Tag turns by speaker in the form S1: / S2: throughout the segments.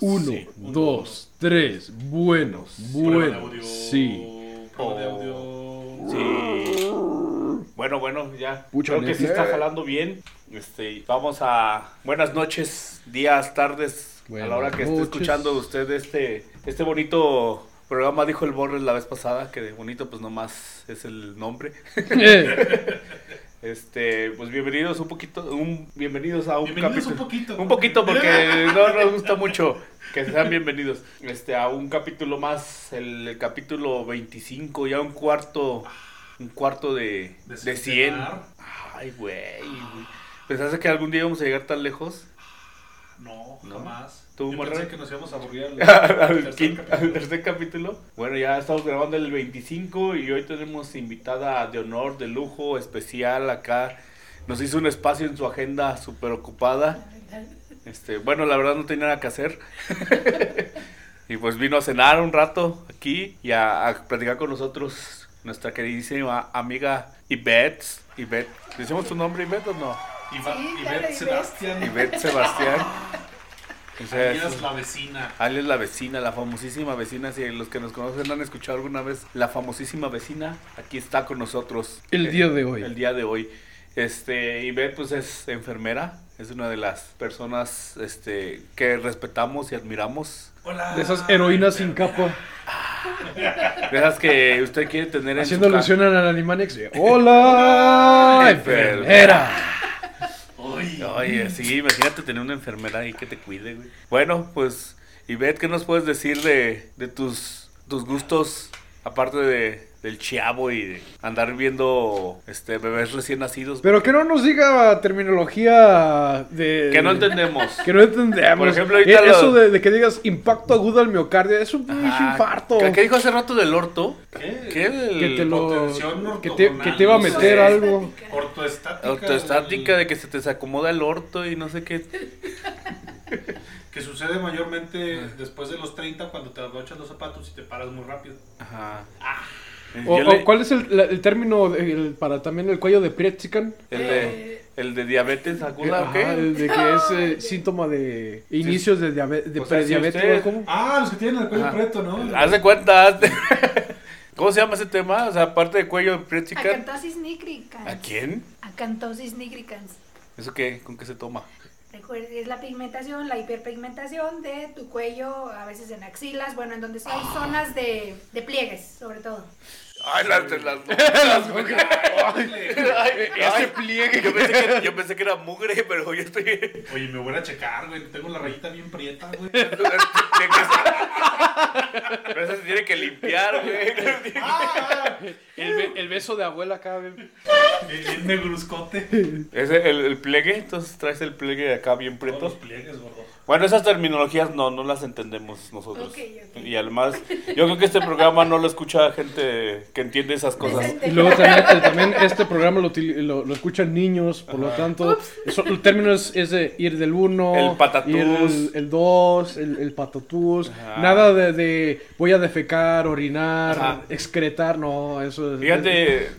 S1: Uno,
S2: Sí.
S1: dos, tres. Bueno,
S3: Prueba de
S1: bueno.
S3: audio,
S1: Sí.
S3: prueba de audio.
S2: Sí. Bueno, bueno, ya.
S1: Pucha,
S2: Creo que sí
S1: neta.
S2: está jalando bien. Este, vamos a buenas noches, días, tardes, a la hora que esté
S1: Buenas
S2: escuchando
S1: noches.
S2: usted este este bonito programa dijo el Borres la vez pasada que de bonito pues nomás es el nombre.
S1: Eh,
S2: Este, pues bienvenidos un poquito un bienvenidos a un
S3: Bienvenidos un
S2: capítulo-
S3: poquito.
S2: un poquito porque no nos gusta mucho que sean bienvenidos este a un capítulo más, el, capítulo 25, ya un cuarto un cuarto de
S3: De
S2: de 100.
S3: centenar.
S2: Ay, güey. güey. ¿Pensaste que algún día íbamos a llegar tan lejos?
S3: No,
S2: No.
S3: jamás.
S2: ¿Tú,
S3: Yo
S2: Monterrey?
S3: pensé que nos íbamos a aburrir
S2: al,
S3: al, tercer
S2: quin- al
S3: capítulo.
S2: tercer capítulo. Bueno, ya estamos grabando el 25 y hoy tenemos invitada de honor, de lujo, especial acá. Nos hizo un espacio en su agenda súper ocupada. Este, bueno, la verdad no tenía nada que hacer. y pues vino a cenar un rato aquí y a, a platicar con nosotros nuestra queridísima amiga Ivette. Ivette, ¿decimos tu nombre Ivette o no?
S3: Y va-
S4: Sí,
S3: y
S4: claro,
S3: Beth
S4: y
S3: Sebastián.
S2: Ivette Sebastián. O sea,
S3: Ella
S2: es-
S3: es la vecina.
S2: Ale es la vecina, la famosísima vecina. Si los que nos conocen han escuchado alguna vez la famosísima vecina, aquí está con nosotros.
S1: el día de
S2: El
S1: hoy.
S2: día de hoy. Este, Ivette, pues es enfermera, es una de las personas este, que respetamos y admiramos.
S3: Hola.
S1: De esas heroínas sin
S3: Internet.
S1: capa.
S2: De esas que usted quiere tener en su
S1: Haciendo
S2: ca-
S1: alusión al Animaniacs. ¡Hola! ¡Enfermera!
S3: Ay,
S2: Oye, sí, imagínate tener una enfermera ahí que te cuide, güey. Bueno, pues, Ivette, ¿qué nos puedes decir de, de tus, tus gustos? Aparte de, del chiavo y de andar viendo este bebés recién nacidos.
S1: Pero que no nos diga terminología de.
S2: que no entendemos.
S1: Que no entendemos.
S2: Por ejemplo, ahorita
S1: Eh, Eso
S2: lo-
S1: de, de que digas impacto agudo al miocardio es un pinche
S2: Ajá.
S1: infarto.
S2: ¿Qué- ¿Qué dijo hace rato del orto?
S3: ¿Qué?
S2: Que el-
S1: Que te lo.
S3: Hipotensión
S1: Que te, que te iba a
S3: ortogonal, no
S1: meter
S3: sé.
S1: algo.
S3: Ortoestática.
S2: Ortoestática de que se te desacomoda el orto y no sé qué.
S3: Que sucede mayormente después de los 30 cuando te abrochas los zapatos y te paras muy rápido.
S2: Ajá.
S1: O,
S2: Ah. Yo
S1: o
S2: le-
S1: ¿Cuál es el, la- el término de- el- para también el cuello de Piret Chicken?
S2: el, de, el de diabetes aguda, ¿o
S1: Eh. Ajá,
S2: qué?
S1: el de que es eh, síntoma de inicios de, diabe- de
S2: O sea, si
S1: prediabetes.
S2: usted-
S1: ¿no? ¿Cómo?
S3: Ah, los que tienen el cuello
S2: Ajá.
S3: preto, ¿no?
S2: Haz de cuenta. haz de- ¿Cómo se llama ese tema? O sea, aparte de cuello de Priya Chicken.
S4: Acantosis nigricans.
S2: ¿A quién?
S4: Acantosis nigricans.
S2: ¿Eso qué? ¿Con qué se toma?
S4: Recuerde, es la pigmentación, la hiperpigmentación de tu cuello, a veces en axilas, bueno, en donde sí hay zonas de, de pliegues, sobre todo.
S2: Ay, las de las notas, güey. Ay, ay,
S1: pliegue.
S2: yo, pensé que, yo pensé que era mugre, pero yo estoy. de
S3: Oye, me voy a checar, güey. Tengo la rayita bien prieta, güey.
S2: que- Pero eso se tiene que limpiar, güey.
S3: Ah,
S1: El, be- el beso de abuela acá. ve.
S3: bien negruzcote.
S2: Ese, el, el pliegue, entonces traes el pliegue de acá bien
S3: Todos los
S2: prieto.
S3: pliegues, gordo.
S2: Bueno, esas terminologías no, no las entendemos nosotros.
S4: Ok, ok.
S2: Y además, yo creo que este programa no lo escucha gente que entiende esas cosas.
S1: Y luego también, también este programa lo, util- lo- lo escuchan niños, por lo tanto, eso- el término es, es de ir del 1,
S2: El patatús.
S1: el 2, el, el patatús,
S2: Ajá.
S1: nada de, de voy a defecar, orinar,
S2: Ajá.
S1: excretar, no, eso es...
S2: Fíjate,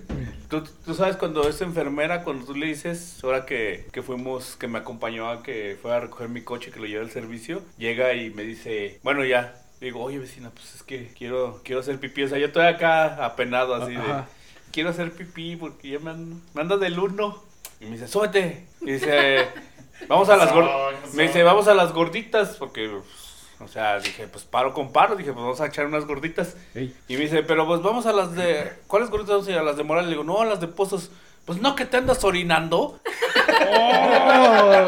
S2: tú, tú sabes cuando es enfermera, cuando tú le dices, ahora que, que fuimos, que me acompañó a que fue a recoger mi coche, que lo lleva al servicio, llega y me dice, bueno, ya. Digo, oye vecina, pues es que quiero, quiero hacer pipí. O sea, yo estoy acá apenado así de,
S1: Ajá.
S2: quiero hacer pipí porque ya me, an- me anda del uno. Y me dice, súbete. Y dice, vamos a las
S3: pasó?
S2: gorditas.
S3: ¿Qué pasó?
S2: Me dice, vamos a las gorditas porque, pues, o sea, dije, pues paro con paro. Dije, pues vamos a echar unas gorditas.
S1: Ey,
S2: Y me dice, pero pues vamos a las de. ¿Cuáles gorditas vamos a ir? A las de Morales. Le digo, no, a las de Pozos. Pues no, que te andas orinando.
S1: ¡Oh!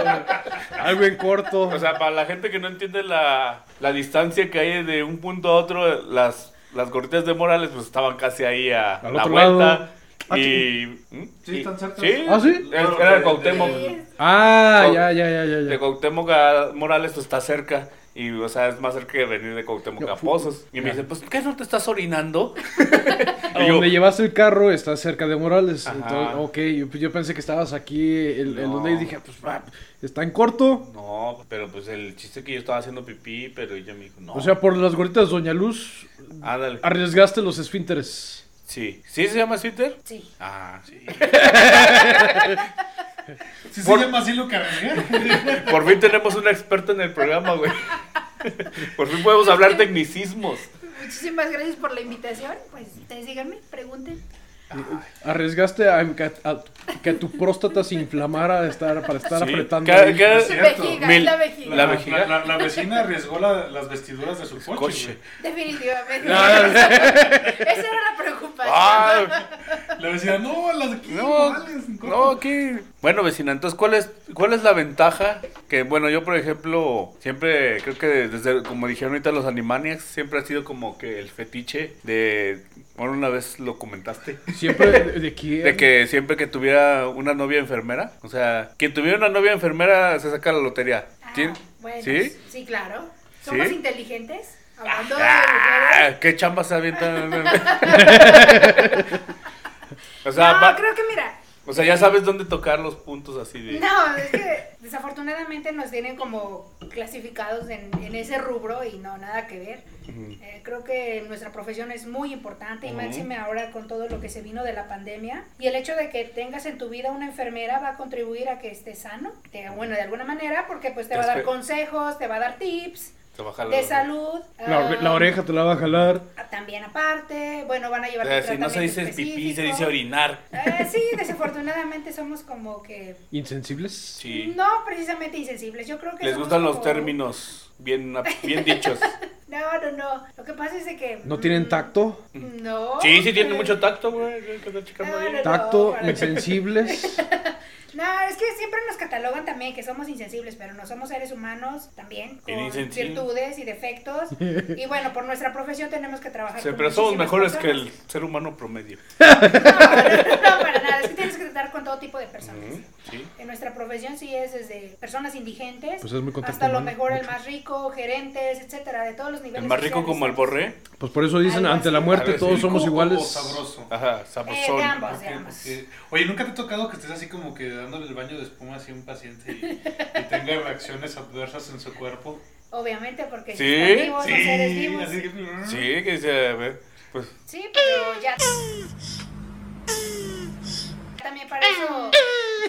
S1: Algo en corto.
S2: O sea, para la gente que no entiende la, la distancia que hay de un punto a otro, las, las gorditas de Morales pues estaban casi ahí a
S1: Al
S2: la
S1: otro
S2: vuelta.
S1: lado.
S2: y. ¿Mm?
S3: Ah, Sí,
S2: Y-
S3: están cerca.
S2: Sí.
S1: ¿Ah, sí?
S2: Era- Era de Cuauhtémoc.
S4: Sí,
S1: ah,
S2: Cau-
S1: ya, ya, ya, ya.
S2: De
S1: ya.
S2: Cuauhtémoc a Morales pues, está cerca. Y, o sea, es más cerca que venir de Cuauhtémoc
S1: Yo
S2: a
S1: fui-
S2: Pozos. Y me
S1: Ya.
S2: dice, pues, ¿qué no te estás orinando?
S1: A
S2: y yo,
S1: donde llevaste el carro está cerca de Morales.
S2: Ajá.
S1: Entonces, ok, yo, yo pensé que estabas aquí, el, el
S2: No.
S1: donde y dije, pues, va, está en corto.
S2: no, pero pues el chiste que yo estaba haciendo pipí, pero ella me dijo, no.
S1: O sea, por las gorditas Doña Luz,
S2: ándale.
S1: arriesgaste los esfínteres.
S2: Sí. ¿Sí se llama Twitter?
S4: Sí.
S2: Ah, sí.
S3: Si
S2: Por-
S3: se llama así lo que arreglé.
S2: Por fin tenemos un experto en el programa, güey. Por fin podemos hablar tecnicismos.
S4: Muchísimas gracias por la invitación. Pues ustedes díganme, pregunten.
S1: Arriesgaste a, a- a- que tu próstata se inflamara de estar, para estar
S2: Sí,
S1: apretando.
S2: cada-
S1: ahí.
S2: cada-
S3: Sí. Cierto.
S4: Vejiga,
S2: Mil-
S4: la vejiga.
S2: La vejiga.
S3: La, la vecina arriesgó la- las vestiduras de su coche.
S2: Coche.
S3: güey.
S4: Definitivamente.
S2: No, no,
S4: Esa era la preocupación.
S2: Ah,
S3: La vecina, no, las de aquí
S2: no,
S3: vales,
S2: no, aquí. Bueno, vecina, entonces, ¿cuál es, ¿cuál es la ventaja? Que, bueno, yo, por ejemplo, siempre creo que desde, como dijeron ahorita los Animaniacs, siempre ha sido como que el fetiche de, bueno, una vez lo comentaste,
S1: Siempre de, de quién.
S2: de que siempre que tuviera una novia enfermera, o sea, quien tuviera una novia enfermera se saca la lotería.
S4: Ah,
S2: ¿Tien-
S4: bueno,
S2: ¿Sí?
S4: Sí, claro. Somos
S2: ¿Sí?
S4: inteligentes. Hablando de mujeres.
S2: Ah, ¿Qué chamba se avientan? o sea,
S4: no,
S2: va-
S4: creo que mira.
S2: o sea, ya sabes dónde tocar los puntos así de...
S4: No, es que desafortunadamente nos tienen como clasificados en, en ese rubro y no, nada que ver.
S2: Ujú.
S4: Eh, creo que nuestra profesión es muy importante y
S2: Ujú.
S4: máxime ahora con todo lo que se vino de la pandemia. Y el hecho de que tengas en tu vida una enfermera va a contribuir a que estés sano. Te- bueno, de alguna manera, porque pues te va a dar
S2: Espe- Ah.
S4: consejos, te va a dar tips
S2: Se baja la-
S4: de salud.
S1: La, ore-
S4: ah,
S1: la oreja te la va a jalar.
S4: También aparte, bueno, van a
S2: O
S4: llevar Eh,
S2: sea, si no se dice pipí, se dice orinar.
S4: sí, desafortunadamente somos como que
S1: ¿Insensibles?
S2: Sí.
S4: no precisamente insensibles. Yo creo que
S2: Les
S4: somos
S2: gustan los
S4: como-
S2: términos bien, bien dichos.
S4: No, no, no. Lo que pasa es de que
S1: ¿No tienen
S4: mm,
S1: tacto?
S4: No.
S2: Sí, sí tiene mucho tacto, güey. Hay que andar checando ahí.
S4: No,
S1: ¿Tacto?
S4: para-
S1: ¿Insensibles?
S4: No, es que siempre nos catalogan también que somos insensibles, pero no somos seres humanos también con
S2: Bien insensible.
S4: virtudes y defectos. Y bueno, por nuestra profesión tenemos que trabajar.
S2: Sí,
S4: con
S2: pero somos
S4: muchísimas
S2: mejores que
S4: personas.
S2: el ser humano promedio.
S4: No, no, no, para nada. Es que tienes que tratar con todo tipo de personas.
S2: Ujú, Sí.
S4: En nuestra profesión sí es desde personas indigentes
S1: Pues es muy contacto
S4: hasta lo
S1: humano,
S4: mejor el
S1: mucho.
S4: más rico, gerentes, etcétera, de todos los niveles.
S2: El más rico
S4: sociales.
S2: como el borré.
S1: Pues por eso dicen,
S4: Algo
S1: ante la
S4: así.
S1: muerte
S2: Algo
S1: todos
S2: así.
S1: somos
S3: ¿Rico
S1: iguales.
S3: o sabroso.
S2: Ajá,
S4: Eh, de
S2: sabrosón.
S4: ambos.
S3: Porque- porque- oye, ¿nunca te ha tocado que estés así como que dándole el baño de espuma así a un paciente y, y tenga reacciones adversas en su cuerpo?
S4: Obviamente, porque
S2: Sí,
S4: están vivos, son seres
S3: Sí,
S4: vivos.
S3: así que-
S2: Sí, que dice, a ver, pues...
S4: Sí, pero ya. También para eso.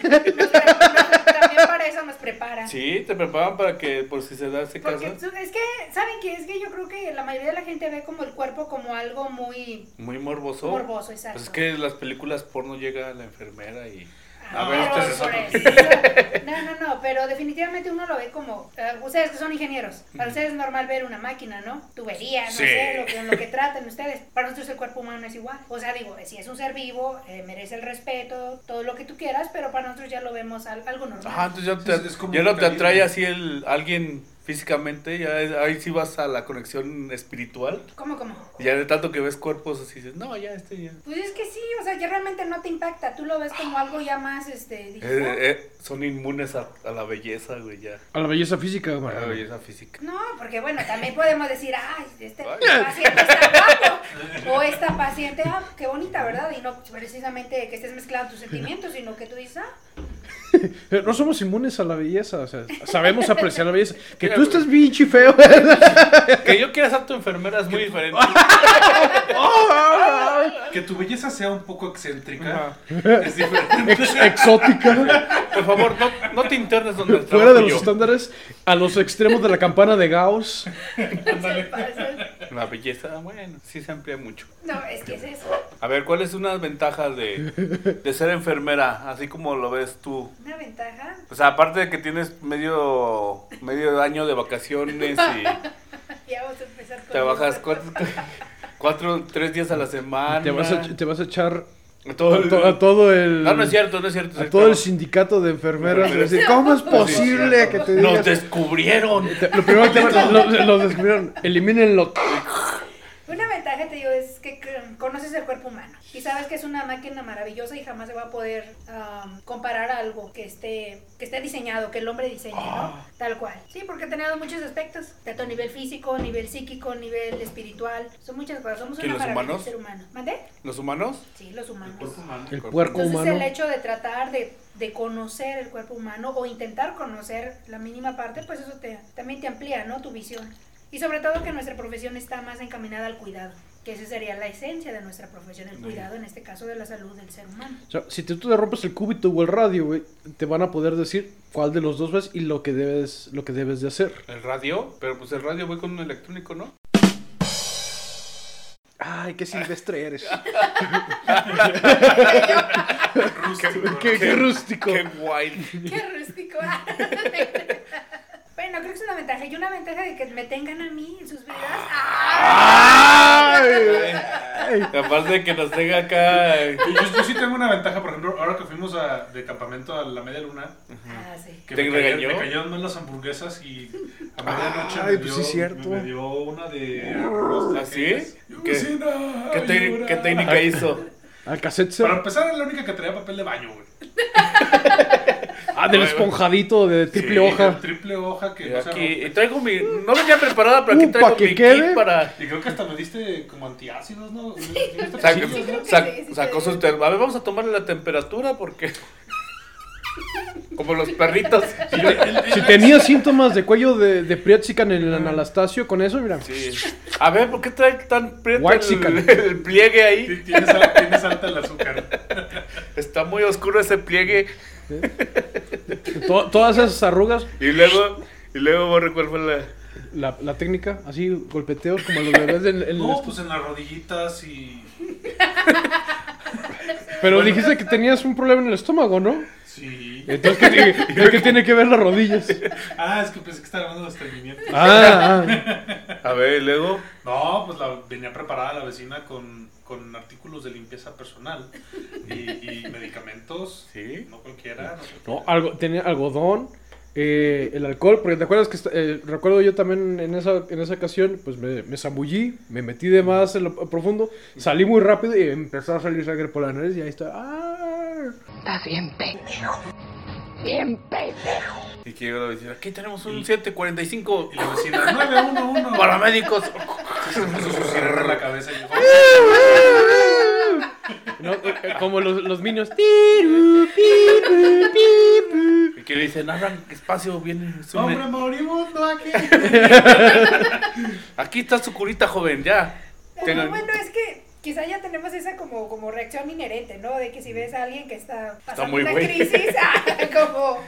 S4: nos pre- nos- también para eso nos preparan.
S2: Sí, te preparan para que por si se da ese caso.
S4: Porque tú- es que, ¿saben qué? Es que yo creo que la mayoría de la gente ve como el cuerpo como algo muy
S2: Muy morboso.
S4: morboso, exacto.
S2: Pues es que en las películas porno llega la enfermera y...
S4: Ah,
S2: A ver,
S4: pero
S2: ustedes
S4: por eso. No, no, no, pero definitivamente uno lo ve como. eh, ustedes que son ingenieros, para ustedes es normal ver una máquina, ¿no? Tubería, no
S2: Sí.
S4: sé, lo que, con lo que tratan ustedes. Para nosotros el cuerpo humano es igual. O sea, digo, si es un ser vivo, eh, merece el respeto, todo lo que tú quieras, pero para nosotros ya lo vemos al- algo normal.
S2: Ajá, entonces ya,
S3: Es-
S2: te-
S3: es como
S2: ya
S3: un
S2: no te
S3: mecanismo.
S2: atrae así el alguien físicamente, ya es- ahí sí vas a la conexión espiritual.
S4: ¿Cómo, cómo?
S2: Ya de tanto que ves cuerpos así dices, no, ya este ya.
S4: Pues es que sí, o sea, ya realmente no te impacta. Tú lo ves como algo ya más, este.
S2: Ah. Eh,
S4: dices, "Ah,
S2: eh, son inmunes a, a la belleza, güey, ya.
S1: A la belleza física,
S2: A la
S1: Marrano.
S2: belleza física.
S4: No, porque bueno, también podemos decir, ay, este
S2: Ay.
S4: paciente está guapo. O esta paciente, ah, qué bonita, ¿verdad? Y no precisamente que estés mezclando tus sentimientos, sino que tú dices, ah,
S1: Eh, No somos inmunes a la belleza, o sea, sabemos apreciar la belleza. Que
S2: Mira,
S1: tú
S2: güey.
S1: estás bien feo.
S2: Que yo quiera ser tu enfermera es muy diferente.
S3: Que tu belleza sea un poco excéntrica.
S2: Ajá.
S3: Es diferente.
S1: Ex- exótica,
S2: Por favor, no, no te internes donde
S1: fuera de los
S2: trabajo
S1: estándares, a los extremos de la campana de Gauss.
S4: se pasa.
S2: yo. La belleza, bueno, sí se amplía mucho.
S4: No, es que es eso.
S2: A ver, ¿cuál es una ventaja de, de ser enfermera? Así como lo ves tú.
S4: Una ventaja.
S2: O sea, aparte de que tienes medio, medio año de vacaciones y
S4: Ya vamos a empezar con.
S2: trabajas
S4: eso.
S2: cuatro, cuatro, tres días a la semana.
S1: Te vas a, te vas a echar
S2: todo
S1: a,
S2: el-
S1: to- a todo el.
S2: No, no es cierto, no es cierto.
S1: A todo el sindicato de enfermeras.
S2: Enfermeras.
S1: Decir, ¿Cómo es posible que te
S2: Nos
S1: digas?
S2: descubrieron.
S1: Te- Lo primero que te- lo, lo descubrieron. Elimínenlo.
S4: Una ventaja, te digo, es que c- conoces el cuerpo humano. Y sabes que es una máquina maravillosa y jamás se va a poder am, comparar a algo que esté, que esté diseñado, que el hombre diseñe, ¿no?
S2: Ah.
S4: Tal cual. Sí, porque ha tenido muchos aspectos. Tanto a nivel físico, nivel psíquico, nivel espiritual. Son muchas cosas. Somos
S2: ¿Y
S4: una
S2: los
S4: maravilla
S2: humanos?
S4: de ser humano. ¿Mandé?
S2: ¿Los humanos?
S4: Sí, los humanos.
S1: El puerco
S4: Entonces
S1: humano.
S4: el hecho de tratar de, de conocer el cuerpo humano o intentar conocer la mínima parte, pues eso te, también te amplía, ¿no? Tu visión. Y sobre todo que nuestra profesión está más encaminada al cuidado, que esa sería la esencia de nuestra profesión, el cuidado en este caso de la salud del ser humano.
S1: O sea, si te- tú te rompes el cúbito o el radio, güey, te van a poder decir cuál de los dos ves y lo que debes, lo que debes de hacer.
S2: El radio, pero pues el radio voy con un electrónico, ¿no?
S1: Ay, qué silvestre eres.
S3: Rústico.
S1: qué, qué rústico.
S2: Qué guay.
S4: Qué rústico. bueno, creo que es una ventaja. Y una ventaja de que me tengan a mí en sus vidas.
S1: Ay, ay.
S2: Aparte de que nos tenga acá. eh,
S3: Yo, yo sí tengo una ventaja, por ejemplo, ahora que fuimos a- de campamento a la media luna,
S4: Ah, sí.
S3: que
S2: ¿Te
S3: me, cayeron-
S2: regañó?
S3: me cayeron mal las hamburguesas y a medianoche
S1: Ay,
S3: me,
S1: pues
S3: dio,
S1: sí, cierto.
S3: me dio una de...
S2: ¿Ah, sí? ¿Qué?
S3: Cocina,
S2: ¿Qué, te-
S3: ayuda.
S2: qué técnica hizo?
S1: Al cassette se-
S3: Para empezar, era la única que traía papel de baño, güey.
S1: Ah, del esponjadito de triple
S2: Sí,
S1: hoja.
S3: Triple hoja que
S2: Y
S3: no se
S2: aquí,
S3: rompe.
S2: y traigo mi. No venía preparada, pero aquí
S1: Uh,
S2: traigo
S1: pa' que
S2: mi
S1: quede.
S2: kit para.
S3: Y creo que hasta me diste como antiácidos, ¿no? Sí,
S2: Sac-
S4: Sí, creo que
S2: sac-
S4: sí, sí,
S2: sacó
S4: sí.
S2: sus term- A ver, vamos a tomarle la temperatura porque. Como los perritos.
S1: Si tenía síntomas de cuello de, de Priatzican en el Anastasio, con eso, mira.
S2: Sí. A ver, ¿por qué trae tan prieto
S1: White chicken.
S2: el, el pliegue ahí?
S3: Tienes, al- tienes alta el azúcar.
S2: Está muy oscuro ese pliegue.
S1: To- todas esas arrugas,
S2: Y luego, y luego, borre, ¿cuál fue la.?
S1: la, la técnica, así golpeteos como los bebés en, en
S3: No,
S1: el-
S3: pues en las rodillitas y.
S1: Pero dijiste que tenías un problema en el estómago, ¿no?
S3: Sí.
S1: Entonces, ¿qué tiene, qué- qué tiene que ver las rodillas?
S3: Ah, es que pensé que estaba hablando de estreñimiento.
S1: Ah, ah.
S2: A ver, y luego.
S3: No, pues la, venía preparada la vecina con, con artículos de limpieza personal y, y medicamentos.
S2: Sí.
S3: No cualquiera. No
S1: No, algo, tenía algodón, eh, el alcohol, porque te acuerdas que esta- eh, recuerdo yo también en esa, en esa ocasión, pues me, me zambullí, me metí de más en lo profundo, salí muy rápido y empezó a salir sangre por la nariz y ahí está. ¡Ah!
S5: Estás bien pendejo. Bien pendejo.
S2: Y que llegó la vecina, Aquí tenemos un 745
S3: Y la vecina, 911.
S2: paramédicos.
S3: Se puso su sirena en la cabeza y dijo,
S1: No, eh, eh, como los, los niños. "Tiru, piru, piru".
S2: Y que le dicen, abran espacio, viene. es un-
S3: ¡Hombre moribundo aquí!
S2: Aquí está su curita, joven, ya.
S4: Pero
S2: Tengan-
S4: lo bueno es que quizá ya tenemos esa como, como reacción inherente, ¿no? De que si ves a alguien que está pasando
S2: muy
S4: una
S2: güey.
S4: crisis, ah, como,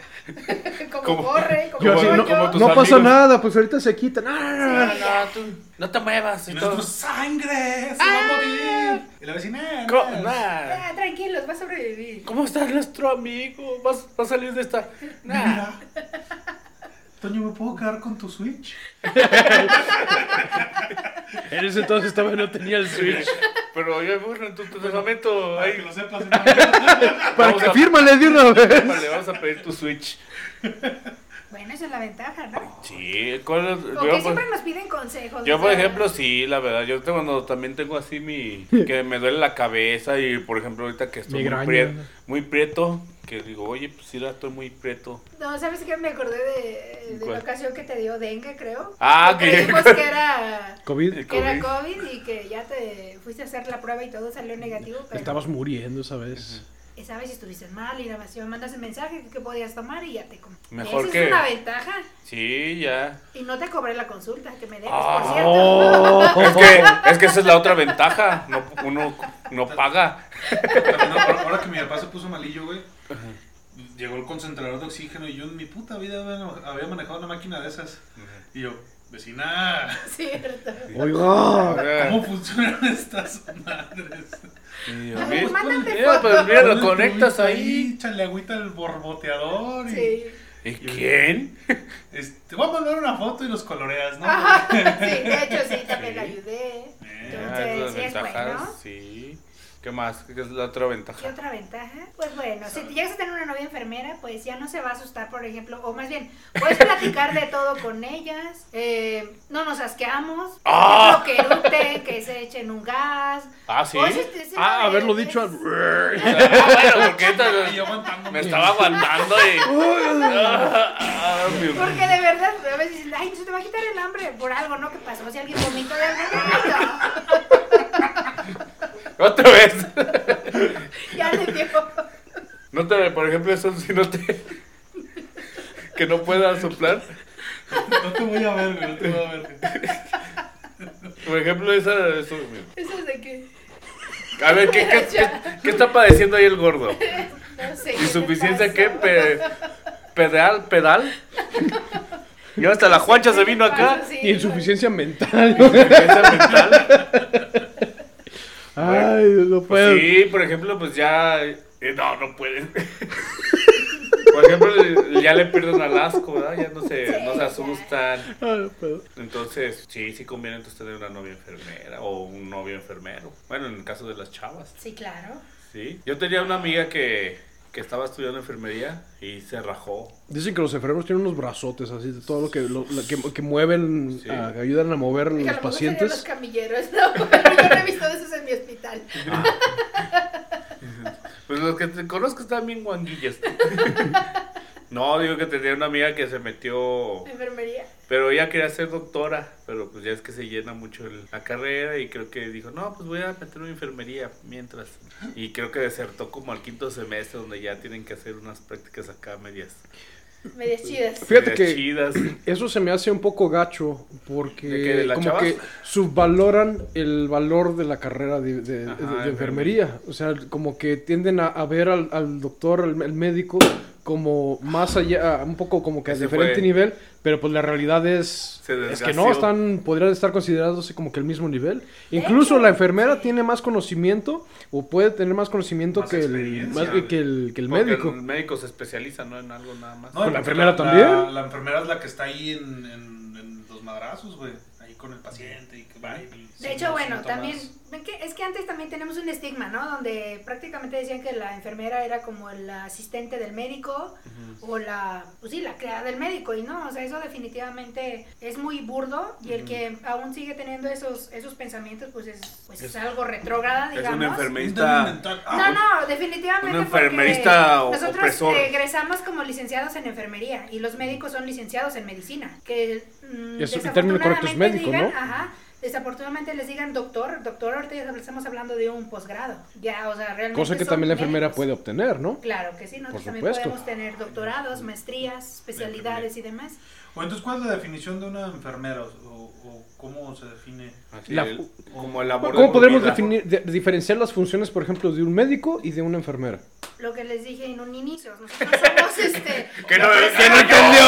S4: como,
S2: Como-
S4: corre, como
S1: Yo así,
S4: pollo.
S1: no,
S2: como tus
S1: no pasa
S2: amigos.
S1: nada, pues ahorita se quitan. ¡Ah!
S2: No, no, tú no te muevas.
S3: Y
S2: Y todo.
S3: ¡Nuestro sangre! ¡Se va a morir! Y la vecina,
S2: Co-
S3: "Ah,
S2: nah.
S4: Ah, tranquilos, vas a sobrevivir.
S2: ¿Cómo está nuestro amigo? ¿Vas, va a salir de esta? Nah.
S3: Mira. Toño, ¿me puedo quedar con tu Switch?
S1: En ese entonces todavía no tenía el Switch.
S2: Pero yo bueno, en tu testamento
S3: Para que
S2: ahí.
S3: lo sepas. ¿no?
S1: Para
S2: Vamos
S1: que
S2: a-
S1: fírmale de una vez.
S2: Vale, vamos a pedir tu Switch.
S4: Bueno, esa es la ventaja, ¿no?
S2: Sí, ¿cuál es?
S4: O
S2: Yo,
S4: que
S2: por-
S4: siempre nos piden consejos.
S2: yo,
S4: o
S2: por
S4: sea,
S2: ejemplo, sí, la verdad. Yo te- cuando también tengo así mi. que me duele la cabeza y, por ejemplo, ahorita que estoy muy,
S1: Migraña.
S2: prie- muy prieto, que digo, oye, pues sí, la estoy muy prieto.
S4: No, ¿sabes qué? Me acordé de, de la
S2: ¿Cuál?
S4: ocasión que te dio dengue, creo.
S2: Ah,
S4: que
S2: que-
S4: dijimos que era...
S1: COVID.
S4: Que era COVID y que ya te fuiste a hacer la prueba y todo salió negativo. Pero
S1: Estabas muriendo esa vez.
S4: Esa vez eh, estuviste mal y la vacío mandas el mensaje que podías tomar y ya te compré.
S2: Mejor
S4: Esa
S2: que-
S4: es una ventaja.
S2: Sí, ya.
S4: Y no te cobré la consulta que me debes,
S1: Ah.
S4: por cierto.
S1: Oh.
S2: Es que, es que esa es la otra ventaja. No, uno no paga.
S3: También, ahora, ahora que mi papá se puso malillo, güey. Llegó el concentrador de oxígeno y yo en mi puta vida había- había manejado una máquina de esas. Y yo, vecina,
S4: Cierto.
S1: Oiga.
S3: ¿cómo funcionan estas madres?
S2: Y yo,
S4: Pues
S2: mira,
S4: mándate
S2: mira, pues
S4: foto.
S2: mira, lo
S3: Ponle
S2: conectas
S3: tubito
S2: ahí.
S3: Échale agüita al borboteador y
S4: Sí.
S2: ¿Y quién?
S3: este, te voy a mandar una foto y los coloreas, ¿no?
S4: Ajá, sí, de hecho sí, también la ayudé.
S3: Eh,
S2: Ah,
S4: Entonces,
S2: las
S4: sí es bueno.
S2: sí. ¿Qué más? ¿Qué es la otra
S4: ¿Qué
S2: ventaja?
S4: otra ventaja? Pues bueno, si te llegas a tener una novia enfermera, pues ya no se va a asustar, por ejemplo, o más bien, puedes platicar de todo con ellas, eh, no nos asqueamos,
S2: Ah.
S4: que erute, que se echen un gas.
S2: Ah, sí.
S4: O ese- ese
S1: Ah,
S4: no
S1: haberlo
S4: es-
S1: dicho al.
S2: Ah, bueno, porque esta-
S3: Y yo aguantando.
S2: me estaba aguantando y. Ah, ah, mi-
S4: Porque de verdad, a veces dicen, ay, se te va a quitar el hambre por algo, ¿no? Que pasó, si alguien vomitó de algo, no,
S2: Otra vez.
S4: ya le dio.
S2: No te, por ejemplo, eso si no te. Que no pueda soplar.
S3: No te voy a ver, güey, no te voy a ver.
S2: Por ejemplo, esa. eso-
S4: Esa es
S2: A ver, ¿qué, qué, qué, qué está padeciendo ahí el gordo?
S4: No sé. ¿qué te
S2: ¿Insuficiencia
S4: pasa?
S2: qué? Pe- ¿Pedal? ¿Pedal? Y hasta la Juancha se vino acá.
S4: Sí,
S1: Y insuficiencia mental.
S2: Insuficiencia mental.
S1: Pues Ay, no puedo.
S2: Sí, por ejemplo, pues ya. eh, No, no pueden. Por ejemplo, ya le pierden al asco, ¿verdad? Ya no se, no se asustan.
S1: Ay, no puedo.
S2: Entonces, sí, sí conviene entonces tener una novia enfermera o un novio enfermero. Bueno, en el caso de las chavas.
S4: Sí, claro.
S2: Sí. Yo tenía una amiga que, que estaba estudiando enfermería y se rajó.
S1: Dicen que los enfermos tienen unos brazotes así, de todo lo que, lo- lo que, que mueven,
S2: Sí.
S1: ah, que ayudan a mover
S4: Que a
S1: los
S4: lo mejor serían Los
S1: pacientes.
S4: camilleros, no, pero yo no he visto de esos en mi hospital.
S2: Pues los que te conozco están bien guanguillas. No, digo que tenía una amiga que se metió,
S4: Enfermería.
S2: pero ella quería ser doctora, pero pues ya es que se llena mucho el- la carrera y creo que dijo, no, pues voy a meterme en enfermería mientras. Y creo que desertó como al quinto semestre donde ya tienen que hacer unas prácticas acá medias,
S4: Medias chidas.
S1: Fíjate
S2: medias
S1: que-
S2: chidas.
S1: Eso se me hace un poco gacho porque
S2: ¿De qué, de las
S1: como
S2: chavas?
S1: que subvaloran el valor de la carrera de, de-
S2: Ajá,
S1: de- de
S2: enfermería.
S1: enfermería. O sea, como que tienden a, a ver al, al doctor, al, al médico, como más allá, un poco como que a
S2: Ese
S1: diferente
S2: fue-
S1: nivel, pero pues la realidad es,
S2: Se
S1: es que
S2: desgració.
S1: no, están, podrían estar considerándose como que el mismo nivel. Incluso la enfermera tiene más conocimiento o puede tener más conocimiento
S3: Más
S1: que, el,
S3: experiencia,
S1: más- que el, que el
S2: Porque
S1: médico.
S2: El médico se especializa, ¿no? En algo nada más.
S3: No,
S1: ¿Con la
S3: y
S1: enfermera
S3: la-
S1: también?
S3: La enfermera es la que está ahí en, en- en los madrazos, güey. Ahí con el paciente y que va y- y-
S4: De hecho, bueno,
S3: síntomas.
S4: también, ven que- es que antes también tenemos un estigma, ¿no? Donde prácticamente decían que la enfermera era como la asistente del médico o la, pues sí, la creada del médico, y no, o sea, eso definitivamente es muy burdo y el que aún sigue teniendo esos, esos pensamientos, pues es, pues es algo retrógrada,
S2: Es
S4: digamos.
S2: un
S3: Un
S2: enfermerista.
S3: daño mental. Ah,
S4: No,
S3: güey.
S4: no, definitivamente.
S2: Un
S4: porque
S2: enfermerista o-
S4: Nosotros
S2: opresor.
S4: egresamos como licenciados en enfermería y los médicos son licenciados en medicina. Que mm,
S1: Eso, el término correcto es
S4: desafortunadamente
S1: médico,
S4: digan,
S1: ¿no?
S4: Ajá, desafortunadamente les digan doctor, doctor, ahorita ya estamos hablando de un posgrado. Ya, o sea, realmente.
S1: Cosa que
S4: son
S1: también la enfermera
S4: médicos.
S1: puede obtener, ¿no?
S4: Claro que sí, nosotros
S1: Por
S4: también
S1: supuesto.
S4: podemos tener doctorados, maestrías, especialidades y demás.
S3: O entonces, ¿cuál es la definición de una enfermera? O, o cómo se define?
S2: Así,
S1: La-
S2: el- como el amor de
S1: ¿Cómo
S2: tu
S1: podríamos
S2: vida.
S1: definir, de- diferenciar las funciones, por ejemplo, de un médico y de una enfermera?
S4: Lo que les dije en un inicio, nosotros somos este.
S2: Que no, que no
S4: representamos-
S2: entendió.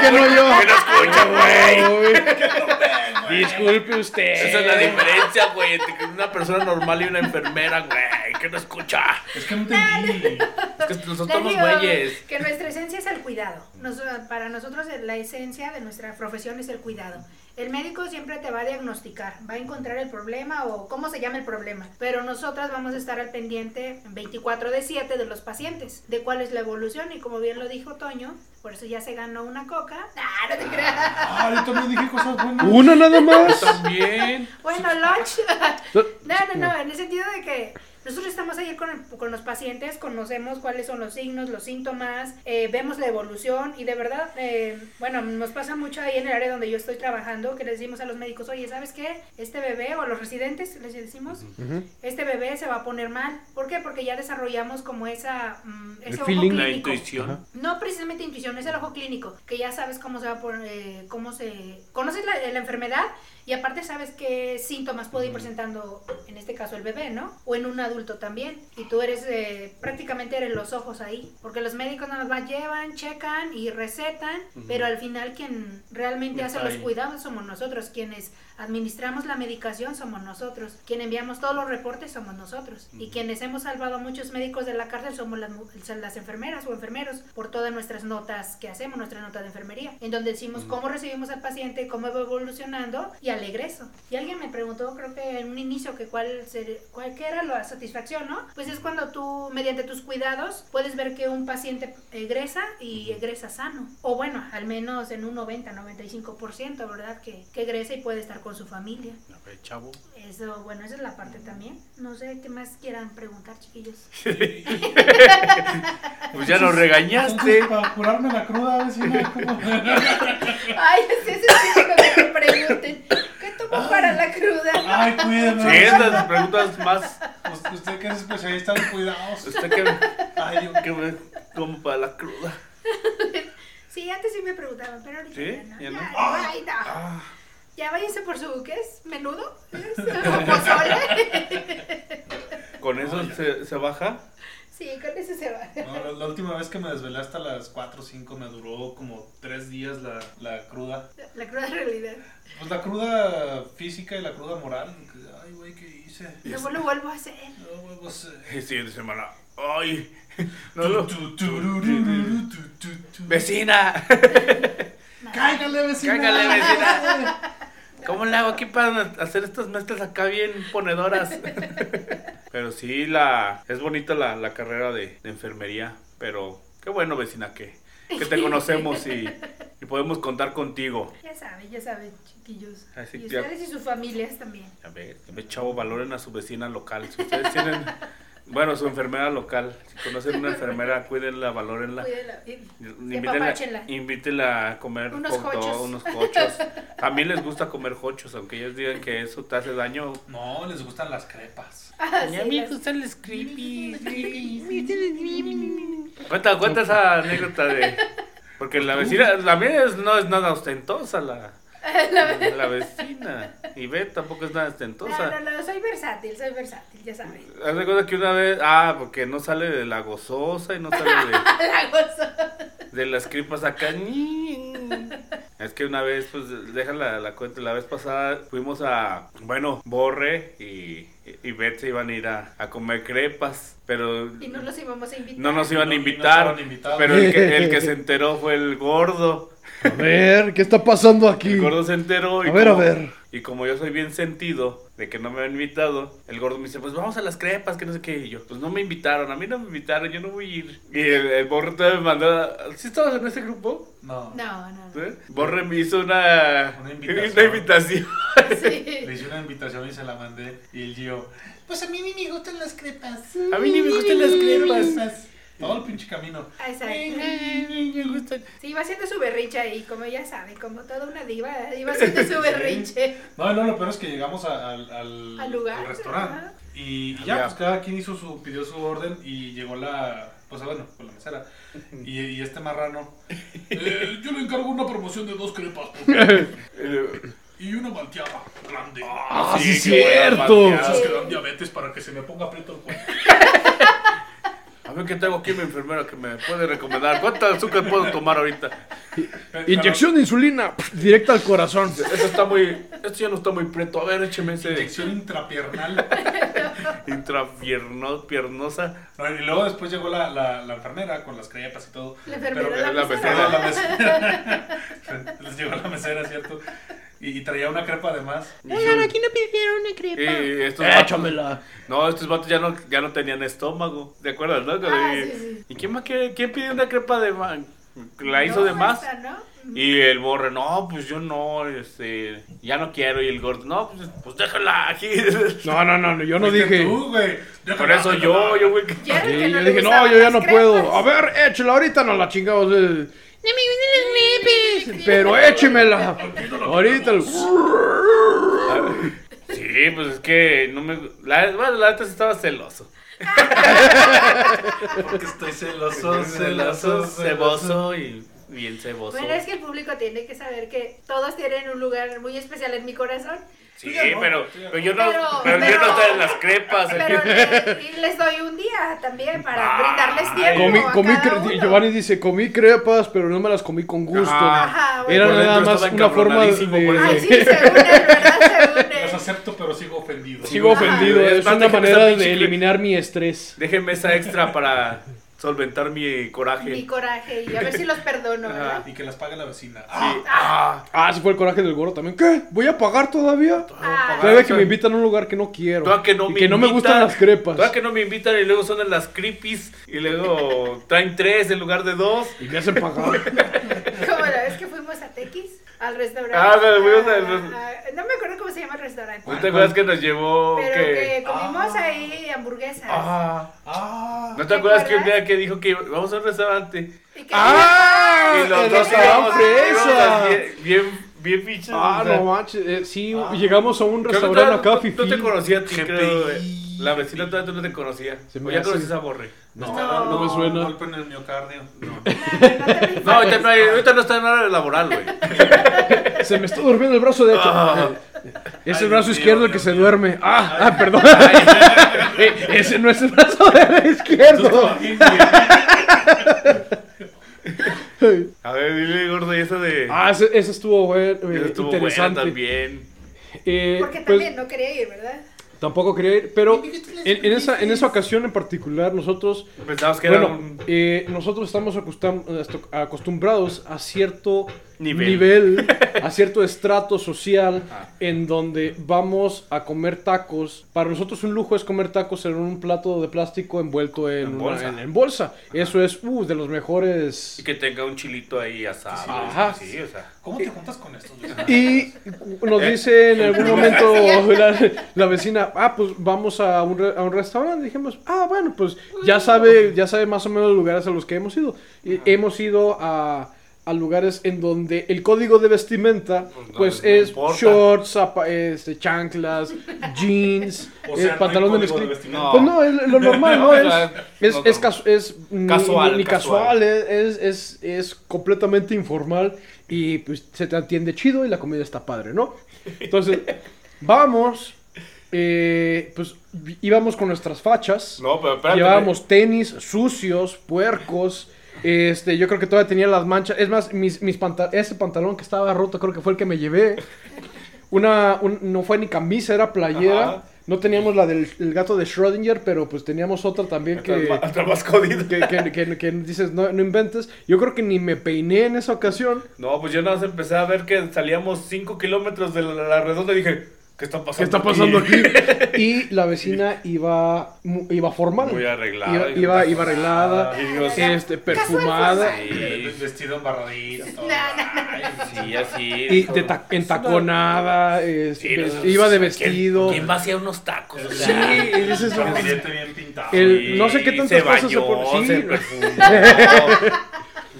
S1: ¡Que no yo!
S2: Que no escucha, güey.
S1: Disculpe usted.
S2: Esa es la
S1: Eh.
S2: diferencia, güey, entre que una persona normal y una enfermera, güey, que no escucha.
S3: Es que no entendí.
S2: Es que nosotros
S4: Les
S2: somos
S4: digo
S2: güeyes.
S4: Que nuestra esencia es el cuidado. Nos- para nosotros eh, la esencia de nuestra profesión es el cuidado. El médico siempre te va a diagnosticar, va a encontrar el problema o cómo se llama el problema. Pero nosotras vamos a estar al pendiente 24 de 7 de los pacientes, de cuál es la evolución y como bien lo dijo Toño, por eso ya se ganó una coca. Ah, no te creas.
S3: Ah, yo también dije cosas buenas.
S1: ¿Una nada más?
S2: También.
S4: Bueno, lunch. No, no, no, en el sentido de que nosotros estamos ahí con, con los pacientes, conocemos cuáles son los signos, los síntomas, eh, vemos la evolución y de verdad, eh, bueno, nos pasa mucho ahí en el área donde yo estoy trabajando que les decimos a los médicos, oye, ¿sabes qué? Este bebé o a los residentes, les decimos,
S1: Ujú.
S4: este bebé se va a poner mal. ¿Por qué? Porque ya desarrollamos como esa, mm,
S1: El
S4: ese ojo
S1: feeling.
S2: La
S4: clínico.
S2: intuición.
S4: No precisamente intuición, es el ojo clínico, que ya sabes cómo se va por, eh, cómo se... Conoces la, la enfermedad y aparte sabes qué síntomas puede ir presentando, en este caso el bebé, ¿no? O en un adulto también. Y tú eres, eh, prácticamente eres los ojos ahí, porque los médicos nada más llevan, checan y recetan, pero al final quien realmente
S2: Está
S4: hace los
S2: ahí.
S4: cuidados somos nosotros, quienes administramos la medicación somos nosotros, quienes enviamos todos los reportes somos nosotros y quienes hemos salvado a muchos médicos de la cárcel somos las, mu- las enfermeras o enfermeros por todas nuestras notas que hacemos, nuestra nota de enfermería, en donde decimos cómo recibimos al paciente, cómo va evolucionando y al egreso. Y alguien me preguntó, creo que en un inicio, que cuál, ser- cuál que era la satisfacción, ¿no? Pues es cuando tú, mediante tus cuidados, puedes ver que un paciente egresa y egresa sano. O bueno, al menos en un 90, 95%, ¿verdad? Que, que egresa y puede estar con su familia.
S2: A ver, chavo.
S4: Eso, bueno, esa es la parte también. No sé qué más quieran preguntar, chiquillos.
S2: Pues ya nos regañaste.
S3: Entonces, para curarme la cruda, vecina, ¿cómo?
S4: Ay, sí, sí, sí, que me pregunten. ¿Qué tomó para la cruda?
S3: Ay,
S2: Sí,
S3: cuídame.
S2: es de las preguntas más.
S3: Us- Usted que es especialista en cuidados.
S2: Usted que,
S3: Ay, yo
S2: que me como para la cruda.
S4: Sí, antes sí me preguntaban, pero ahorita
S2: ¿Sí?
S4: ya no.
S2: Ya
S4: Ya,
S2: no. Ah.
S4: ay, no. Ya váyanse por su, ¿qué es? ¿Menudo? ¿Es? ¿O pozole?
S2: ¿Con eso
S3: No, ya.
S2: se, se baja?
S4: Sí, con eso se va.
S3: No, la, la última vez que me desvelé hasta las 4 o 5 me duró como 3 días la, la cruda.
S4: La cruda realidad.
S3: Pues la cruda física y la cruda moral. que, Ay, güey, ¿qué hice?
S4: No lo vuelvo a hacer.
S3: No, güey, pues, eh,
S2: Y siguiente semana. ¡Ay! No lo...
S3: tu, tu, turururu, tu, tu, tu.
S2: ¡Vecina!
S3: ¡Cáigale, vecina!
S2: ¡Cágale, vecina! ¿Cómo le hago aquí para hacer estas mezclas acá bien ponedoras? Pero sí, la es bonita la, la carrera de, de enfermería. Pero qué bueno, vecina, que, que te conocemos y, y podemos contar contigo.
S4: Ya saben, ya saben, chiquillos.
S2: Así
S4: y
S2: que-
S4: ustedes y sus familias también.
S2: A ver, que me chavo, valoren a su vecina local. Si ustedes tienen, bueno, su enfermera local. Si conocen una enfermera, cuídenla, valórenla.
S4: Cuídenla. Y-
S2: Invítenla,
S4: apapáchenla.
S2: invítenla a comer
S4: Unos
S2: hot dog,
S4: hochos.
S2: unos hochos. También les gusta comer hochos, aunque ellos digan que eso te hace daño.
S3: No, les gustan las crepas.
S4: Ah, sí,
S2: a mí me
S4: las-
S2: gustan los creepy. Cuenta, cuenta esa anécdota de. Porque la vecina también es, no es nada ostentosa la, la vecina. Y ve tampoco es nada ostentosa.
S4: Ah, No, no, no, soy versátil, soy versátil, ya saben.
S2: Haz de cuenta que una vez, ah, porque no sale de la gozosa y no sale de,
S4: La gozo.
S2: de las cripas acá. Es que una vez, pues, deja la, la cuenta, la vez pasada fuimos a, bueno, Borre y, y Beth se iban a ir a, a comer crepas, pero
S4: Y no los íbamos a invitar.
S2: no nos iban a
S3: No, y no
S2: invitar,
S3: estaban invitados.
S2: pero el que, el que se enteró fue el gordo.
S1: A ver, ¿qué está pasando aquí?
S2: El gordo se enteró y,
S1: A ver,
S2: como,
S1: a ver.
S2: y como yo soy bien sentido de que no me han invitado, el gordo me dice, pues vamos a las crepas, que no sé qué. Y yo, pues no me invitaron, a mí no me invitaron, yo no voy a ir. Y el, el borre todavía me mandó, a- ¿sí estabas en ese grupo?
S3: No.
S4: No, no, no.
S2: ¿Eh? Borre me hizo una,
S3: Una invitación.
S2: una invitación.
S3: Le
S4: Sí.
S3: hice una invitación y se la mandé. Y el Gio, pues a mí ni me gustan las crepas.
S2: A mí ni me gustan las crepas.
S3: Todo el pinche camino.
S4: Exacto.
S2: Me gustan.
S4: Sí, iba haciendo su berrinche ahí, como ya saben, como toda una diva, iba haciendo su berrinche.
S3: No, no, lo peor es que llegamos a- al, al,
S4: Al lugar,
S3: al restaurante.
S4: ajá.
S3: Y, y ya,
S2: Había-
S3: pues cada quien hizo su, pidió su orden y llegó la, pues bueno, con la mesera. Y, y este marrano, "Eh, yo le encargo una promoción de dos crepas por favor, y una malteada grande.
S1: Ah, sí,
S2: qué
S1: cierto.
S2: buena
S3: Esas
S2: pateada.
S3: que dan diabetes para que se me ponga aprieto el cuerpo.
S2: A ver qué tengo aquí mi enfermera que me puede recomendar. ¿Cuánta azúcar puedo tomar ahorita?
S1: Inyección de insulina pf, directa al corazón.
S2: Esto está muy, esto ya no está muy preto. A ver, écheme
S3: Pero-
S2: ese
S3: Inyección intrapiernal.
S2: intrapierno, piernosa.
S3: No, y luego después llegó la, la, la enfermera con las crepas y todo.
S4: La enfermera,
S3: Pero-
S4: la
S2: la
S4: mesera.
S3: Perdón, la mesera. Les llegó la mesera, ¿cierto? Y, y traía una crepa además.
S2: Oigan, aquí
S5: no pidieron una
S2: Y estos vatos-
S1: Échamela.
S2: no, estos vatos ya no, ya no tenían estómago. ¿De acuerdo? no?
S4: Ah,
S2: y,
S4: sí, sí.
S2: ¿y quién, más quiere- quién pidió una crepa de más? ¿La hizo
S4: No,
S2: de más?
S4: esta, ¿no?
S2: Y el borre, no, pues yo no, este, ya no quiero. Y el gordo, no, pues, pues déjala aquí.
S1: No, no, no, no, yo no
S3: Fuiste
S1: dije.
S3: tú, güey. Déjala,
S2: Por eso yo,
S3: déjala.
S2: yo, güey.
S4: Ya era
S1: Sí,
S4: el que
S1: yo
S4: le
S1: dije, no,
S4: gustaban
S1: yo ya
S4: las
S1: no
S4: crepas.
S1: puedo. A ver, échela ahorita, no la chingamos. eh.
S5: No me vienen los nepes.
S1: Pero échemela. Ahorita. el-
S2: Sí, pues es que no me. La, bueno, la antes estaba celoso.
S3: Porque estoy celoso, celoso,
S2: celoso,
S3: ceboso.
S2: ceboso y bien ceboso.
S4: Bueno, es que el público tiene que saber que todos tienen un lugar muy especial en mi corazón.
S2: Sí,
S3: Tú ya no,
S2: pero,
S3: tú ya no.
S2: pero yo no,
S4: Pero-
S2: pero yo no
S4: pero-
S2: estaba en las crepas.
S4: Pero le- y les doy un día también
S2: Ay,
S4: para brindarles tiempo.
S1: Comí,
S4: a
S1: comí
S4: cada
S1: cre-
S4: uno.
S1: Giovanni dice, comí crepas, pero no me las comí con gusto.
S2: Ajá,
S1: Era
S4: bueno.
S2: Ah, Por
S1: nada
S2: dentro
S1: más
S2: estaba
S1: una forma de...
S2: encabronadísimo por
S4: Ay,
S2: eso.
S4: sí, según él, ¿verdad? Según él.
S3: Los acepto, pero sigo ofendido.
S1: Sigo
S4: Ajá.
S1: ofendido,
S2: Ah, Es
S1: es
S2: parte
S1: una
S2: que me
S1: manera
S2: está
S1: de
S2: pinche cre-
S1: eliminar mi estrés.
S2: Déjenme esa extra para solventar mi coraje.
S4: Mi coraje y a ver si los perdono, ¿verdad?
S3: Y que las pague la vecina.
S2: Sí. Ah,
S1: Ah, sí fue el coraje del gordo también. ¿Qué? ¿Voy a pagar todavía?
S4: Ah,
S1: Todavía que me invitan a un lugar que no quiero.
S2: Toda que no
S1: y
S2: me
S1: que no me
S2: invitan,
S1: gustan las crepas.
S2: Toda que no me invitan y luego son en las creepies y luego traen tres en lugar de dos.
S1: Y me hacen pagar.
S4: Como la vez que fuimos a Tequis, al restaurante.
S2: Ah, pero fuimos al restaurante.
S4: Ah, No me acuerdo cómo se llama el restaurante.
S2: ¿No te acuerdas que nos llevó
S4: Pero
S2: que...
S4: que comimos
S3: Ah.
S4: ahí hamburguesas.
S2: Ah,
S3: Ah,
S2: ¿No te
S4: ¿Te
S2: acuerdas que un
S4: acuerdas?
S2: día que dijo que vamos a un restaurante?
S4: Y que-
S1: ¡Ah!
S2: Y los
S1: el
S2: dos
S1: restaurante
S2: estábamos
S1: fresa.
S2: íbamos así, eh, bien, bien pinches.
S1: Ah,
S2: o sea,
S1: no manches. eh, sí,
S3: Ah.
S1: llegamos a
S2: creo
S1: un
S2: que
S1: restaurante
S2: todavía
S1: acá,
S2: tú-
S1: Fifi.
S2: tú te conocías a ti,
S3: GPI.
S2: creo. eh. La vecina todavía tú no te conocías.
S1: Se me
S2: O ya
S1: hace-
S2: conocías a Borre.
S1: No,
S3: Está
S1: no,
S3: dando
S1: me
S3: Un
S1: suena.
S3: golpe en el miocardio.
S4: No, no te rifas.
S2: No, ahorita no, hay- ahorita no está en hora laboral, güey.
S1: Se me está durmiendo el brazo de hecho.
S2: Ah.
S1: Es el
S3: Ay,
S1: brazo
S3: Dios
S1: izquierdo
S3: mío,
S1: el que
S3: Dios
S1: se
S3: mío.
S1: duerme. Ah,
S3: Ay.
S1: ah, perdón. Eh, Ese no es el brazo de- izquierdo.
S2: A ver, dile, gordo, y esa de.
S1: Ah, ese, ese estuvo bueno, eh,
S2: esa estuvo buena
S1: interesante.
S2: también.
S1: Eh,
S4: Porque
S1: pues,
S4: también no quería ir, ¿verdad?
S1: tampoco quería ir, pero
S3: Me dijiste las
S1: en, en esa, en esa
S3: perdices.
S1: ocasión en particular nosotros
S2: Pensabas que era
S1: Bueno,
S2: un.
S1: eh, nosotros estamos acostam- asto- acostumbrados a cierto
S2: Nivel.
S1: nivel, a cierto estrato social
S2: Ah.
S1: en donde vamos a comer tacos. Para nosotros un lujo es comer tacos en un plato de plástico envuelto en,
S2: En
S1: una-
S2: bolsa.
S1: en- en bolsa. Eso es uh, de los mejores.
S2: Que tenga un chilito ahí asado.
S1: Ajá.
S2: Sí, o sea.
S3: ¿Cómo te juntas con estos? Luis?
S1: Y nos dice en algún momento la, la vecina, ah, pues vamos a un, re- a un restaurante. Dijimos, ah, bueno, pues ya sabe, ya sabe más o menos los lugares a los que hemos ido. Y hemos ido a, a lugares en donde el código de vestimenta,
S2: Pues,
S1: pues
S2: no
S1: es
S2: importa.
S1: shorts, zapa- este, chanclas, jeans,
S3: O sea,
S1: eh, pantalón
S3: no hay
S1: de
S3: código de
S1: mezclilla.
S3: vestimenta.
S1: Pues no, es lo normal, ¿no?
S2: No, o
S1: Es,
S2: sea,
S1: es,
S2: no,
S1: es
S2: no.
S1: casu- es ni-
S2: Casual,
S1: ni,
S2: casual.
S1: casual, es, es, es completamente informal y pues se te atiende chido y la comida está padre, ¿no? Entonces, vamos, eh, pues íbamos con nuestras fachas,
S2: No, pero espérate.
S1: llevábamos tenis sucios, puercos. Este, yo creo que todavía tenía las manchas. Es más, mis, mis panta- ese pantalón que estaba roto creo que fue el que me llevé. Una, un- no fue ni camisa, era playera.
S2: Ajá.
S1: No teníamos la del el gato de Schrödinger, pero pues teníamos otra también
S2: Hasta, el
S1: que
S2: ma- hasta el más jodido.
S1: que, que- que- que dices, no, no inventes. Yo creo que ni me peiné en esa ocasión.
S2: No, pues yo nada más empecé a ver que salíamos 5 kilómetros de la, la redonda y dije, ¿qué está pasando?
S1: ¿Qué está pasando aquí? Y la vecina iba, mu- iba formal.
S2: Muy Ah. arreglada.
S1: Iba, iba, iba arreglada,
S2: Y digo,
S1: este, perfumada.
S2: Sí,
S3: Vestido embarradito.
S1: Ah.
S3: todo.
S4: No, no,
S2: sí, así.
S1: Este, Y de ta- en taconada, es-
S2: Sí,
S1: ves-
S2: no,
S1: iba de
S2: ¿quién-
S1: vestido.
S2: ¿Quién va hacia unos tacos? O
S1: Sí,
S2: sea,
S1: y dices, no,
S3: Gabinete bien pintado.
S1: El-
S2: sí,
S1: no sé qué tantas
S2: se
S1: cosas se
S2: bañó,
S1: pone- sí.
S2: se perfumó.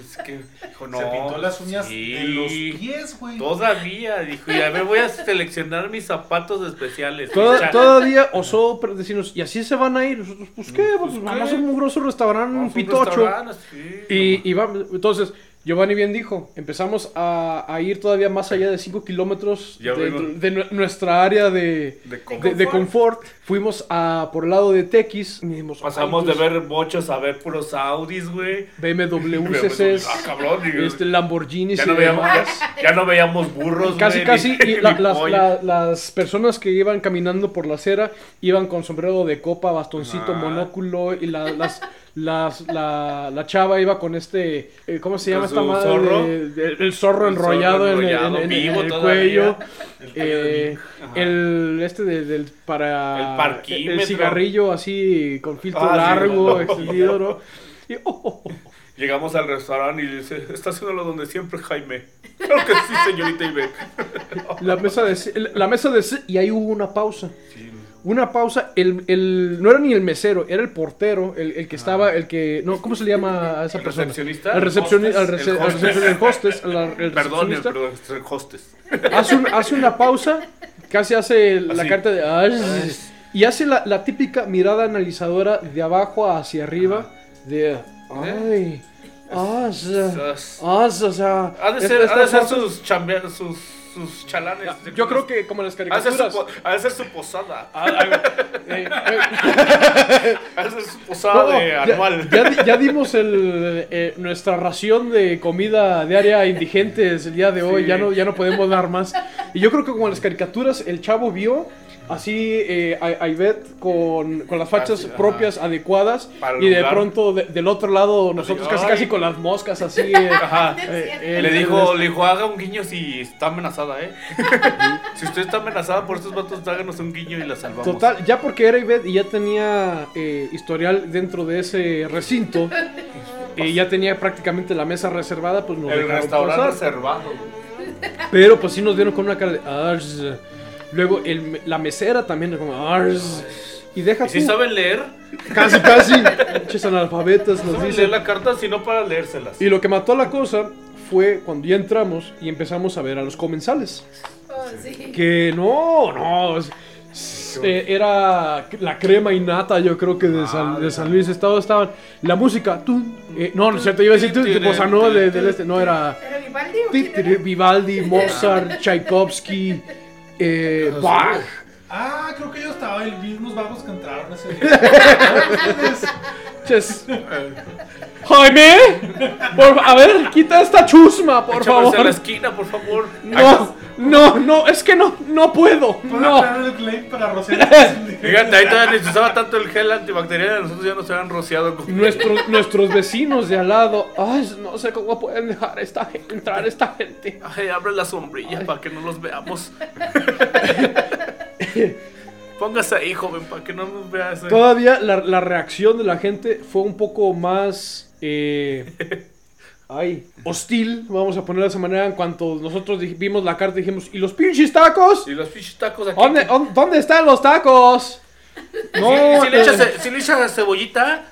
S2: Es que, dijo, no,
S3: Se pintó las uñas
S2: sí.
S3: en los pies, güey.
S2: Todavía, dijo, y a ver, voy a seleccionar mis zapatos especiales.
S1: toda-
S2: Cha-
S1: todavía osó pero decirnos, y así se van a ir. Nosotros, pues qué, pues,
S2: Mm, qué.
S1: vamos a un mugroso restaurante,
S2: Vamos
S1: un
S2: a
S1: pitocho.
S2: restaurante, sí.
S1: Y, y vamos- entonces, Giovanni bien dijo, empezamos a, a ir todavía más allá de 5 kilómetros
S2: Ya
S1: de,
S2: vemos.
S1: de nu- nuestra área de,
S2: De
S1: de-
S2: confort.
S1: de confort. Fuimos a por el lado de Tequis. y dijimos,
S2: Pasamos
S1: "Ay,
S2: de
S1: pues,
S2: ver bochos a ver puros Audis, güey.
S1: BMW,
S2: Ah,
S1: CCs,
S2: cabrón, digo,
S1: este, Lamborghinis
S2: ya,
S1: y
S2: no veíamos, ya,
S1: demás.
S2: ya no veíamos burros,
S1: Casi,
S2: güey,
S1: casi,
S2: ni-
S1: y la-
S2: ni
S1: las,
S2: pollo.
S1: la- las personas que iban caminando por la acera iban con sombrero de copa, bastoncito,
S2: Ah.
S1: monóculo, y la, las, las, la, la chava iba con este, eh, ¿cómo se llama
S2: Con
S1: esta
S2: su
S1: madre?
S2: zorro.
S1: De- de- el zorro
S2: El zorro
S1: enrollado, en el-
S2: enrollado,
S1: en, en- en
S2: vivo
S1: el
S2: todavía.
S1: cuello.
S3: El cuello de
S1: eh, el este de- del para
S2: El parquímetro.
S1: el cigarrillo así con filtro
S2: Ah, sí,
S1: largo
S2: no.
S1: extendido ¿no? Y, oh, oh, oh.
S2: Llegamos al restaurante y le dice, estacionalo donde siempre, Jaime. Claro que sí, señorita Ibe.
S1: la mesa de ce- la mesa de ce- y ahí hubo una pausa Una pausa, el, el, no era ni el mesero, era el portero, el, el que estaba, el que, no, ¿cómo se le llama a esa
S2: Ah. ¿El
S1: persona?
S2: recepcionista?
S1: El recepcionista,
S2: ¿El
S1: el, rece-
S2: hostess?
S1: al recepcion- el hostess, al- al- el
S2: Perdón, el,
S1: recepcionista.
S2: perdón, el hostes.
S1: Hace, un- hace una pausa, casi hace la
S2: Así.
S1: carta de, "Ay", y hace la, la típica mirada analizadora de abajo hacia arriba, de, ay, ah, o sea, ah, o sea,
S2: ¿Eh? Ha de
S1: es-
S2: ser, ha de
S1: estas
S2: ser
S1: cosas-
S2: sus, chambea- sus, sus chalanes.
S1: Yo creo que como en las
S2: Ha de ser su
S1: caricaturas.
S2: po- ha de ser su posada.
S1: Ah, ah, eh, eh,
S2: Ha de ser su posada
S1: No,
S2: de
S1: ya-
S2: anual.
S1: Ya, di- ya dimos el, eh, nuestra ración de comida diaria a indigentes el día de hoy,
S2: Sí.
S1: ya, no, ya no podemos dar más. Y yo creo que como en las caricaturas, el chavo vio así eh, a, a Ivette con, con las fachas
S2: Así, ajá.
S1: propias, adecuadas,
S2: Para el
S1: y de
S2: lugar.
S1: pronto de- del otro lado nosotros
S2: Así,
S1: casi
S2: ay.
S1: casi con las moscas así. eh,
S2: Ajá.
S1: eh, eh,
S2: Le
S1: el-
S2: dijo, le dijo, haga un guiño si está amenazada, ¿eh? si usted está amenazada por estos vatos, háganos un guiño y la salvamos.
S1: Total, ya porque era Ivette y ya tenía eh, historial dentro de ese recinto, y ya tenía prácticamente la mesa reservada, pues nos
S2: El
S1: dejaron
S2: restaurante
S1: pasar.
S2: reservado.
S1: Pero pues sí nos vieron con una cara de "Ars". Luego el- la mesera también como "Ars". Y deja
S2: ¿Y si
S1: tú,
S2: saben leer?
S1: casi casi pinches analfabetas nos
S2: ¿Saben leer
S1: dicen.
S2: la carta? Si no, para leérselas.
S1: Y lo que mató la cosa fue cuando ya entramos y empezamos a ver a los comensales.
S4: Oh, sí.
S1: Que no, no. es- es- eh, era la crema y nata, yo creo que de San, de San Luis. Estaba, estaban. La música. tun, eh, no, no es cierto, iba a decir tun, tun, bossa nova de- del este. No, era.
S4: ¿Era Vivaldi o
S1: Vivaldi, Mozart, Tchaikovsky, Eh, bah,
S3: Ah, creo que yo estaba el mismos vagos que entraron ese día.
S1: ches. Jaime, por- a ver, quita esta chusma, por
S2: Échamelos en la
S1: favor.
S2: esquina, por favor.
S1: No, no, no, es que no, no puedo.
S3: Para
S1: No.
S3: traer el claim para rociar.
S2: Fíjate, ahí todavía les usaba tanto el gel antibacterial, a nosotros ya nos habían rociado con...
S1: Nuestros, nuestros vecinos de al lado, ay, no sé cómo pueden dejar esta gen- entrar esta gente.
S2: Ay, abre la sombrilla para que no los veamos. Póngase ahí, joven, para que no nos vea ese.
S1: Todavía la, la reacción de la gente fue un poco más eh, ay, hostil, vamos a ponerlo de esa manera, en cuanto nosotros dij- vimos la carta dijimos, ¿y los pinches tacos?
S2: Y los pinches tacos aquí.
S1: ¿Dónde, dónde- dónde están los tacos?
S2: Y
S1: No,
S2: si le echas,
S1: eh,
S2: ce- si le echas cebollita,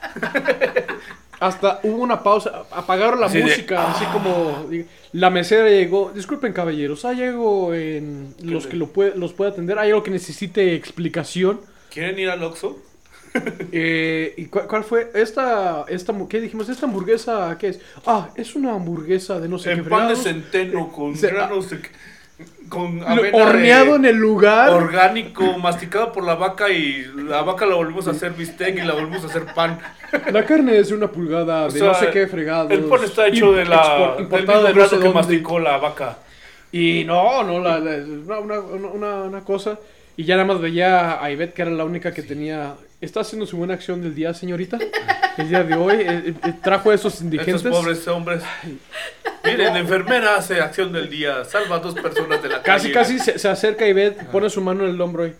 S1: hasta hubo una pausa, apagaron la
S2: Así de, ¡Ah!
S1: música, así como di- la mesera llegó, disculpen caballeros, hay algo en los
S2: le-
S1: que lo puede, los puede atender, hay algo que necesite explicación.
S2: ¿quieren ir al Oxxo?
S1: Eh, ¿Y cuál, cuál fue? Esta, esta, mu- ¿qué dijimos? ¿Esta hamburguesa qué es? Ah, es una hamburguesa de no sé qué
S2: En pan de
S1: fregados.
S2: centeno con
S1: Se-
S2: granos de- con
S1: Lo-
S2: avena
S1: Horneado
S2: de-
S1: en el lugar.
S2: orgánico, masticado por la vaca y la vaca la volvimos a hacer bistec y la volvimos a hacer pan.
S1: La carne es de una pulgada de
S2: O sea,
S1: no sé qué fregados.
S2: El pan está hecho
S1: Im-
S2: de la
S1: export-
S2: del
S1: importado
S2: mismo
S1: de no sé
S2: grano que
S1: dónde.
S2: masticó la vaca.
S1: Y no, no, la, la- una, una- una- una cosa. Y ya nada más veía a Ivette, que era la única que tenía... Está haciendo su buena acción del día, señorita. El día de hoy. eh, eh, trajo a esos indigentes.
S2: Estos pobres hombres. Miren, la enfermera hace acción del día, salva a dos personas de la
S1: Casi,
S2: calle.
S1: casi se, se acerca y ve, pone su mano en el hombro y...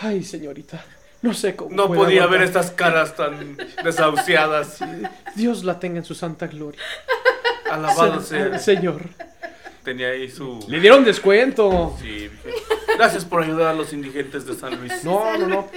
S1: Ay, señorita, no sé cómo...
S2: No
S1: puede
S2: podía ver
S1: aguantar.
S2: estas caras tan desahuciadas.
S1: Dios la tenga en su santa gloria.
S2: Alabado
S1: Se-
S2: sea.
S1: señor.
S2: Tenía ahí su.
S1: Le dieron descuento.
S2: Sí. Gracias por ayudar a los indigentes de San Luis.
S1: No, no, no.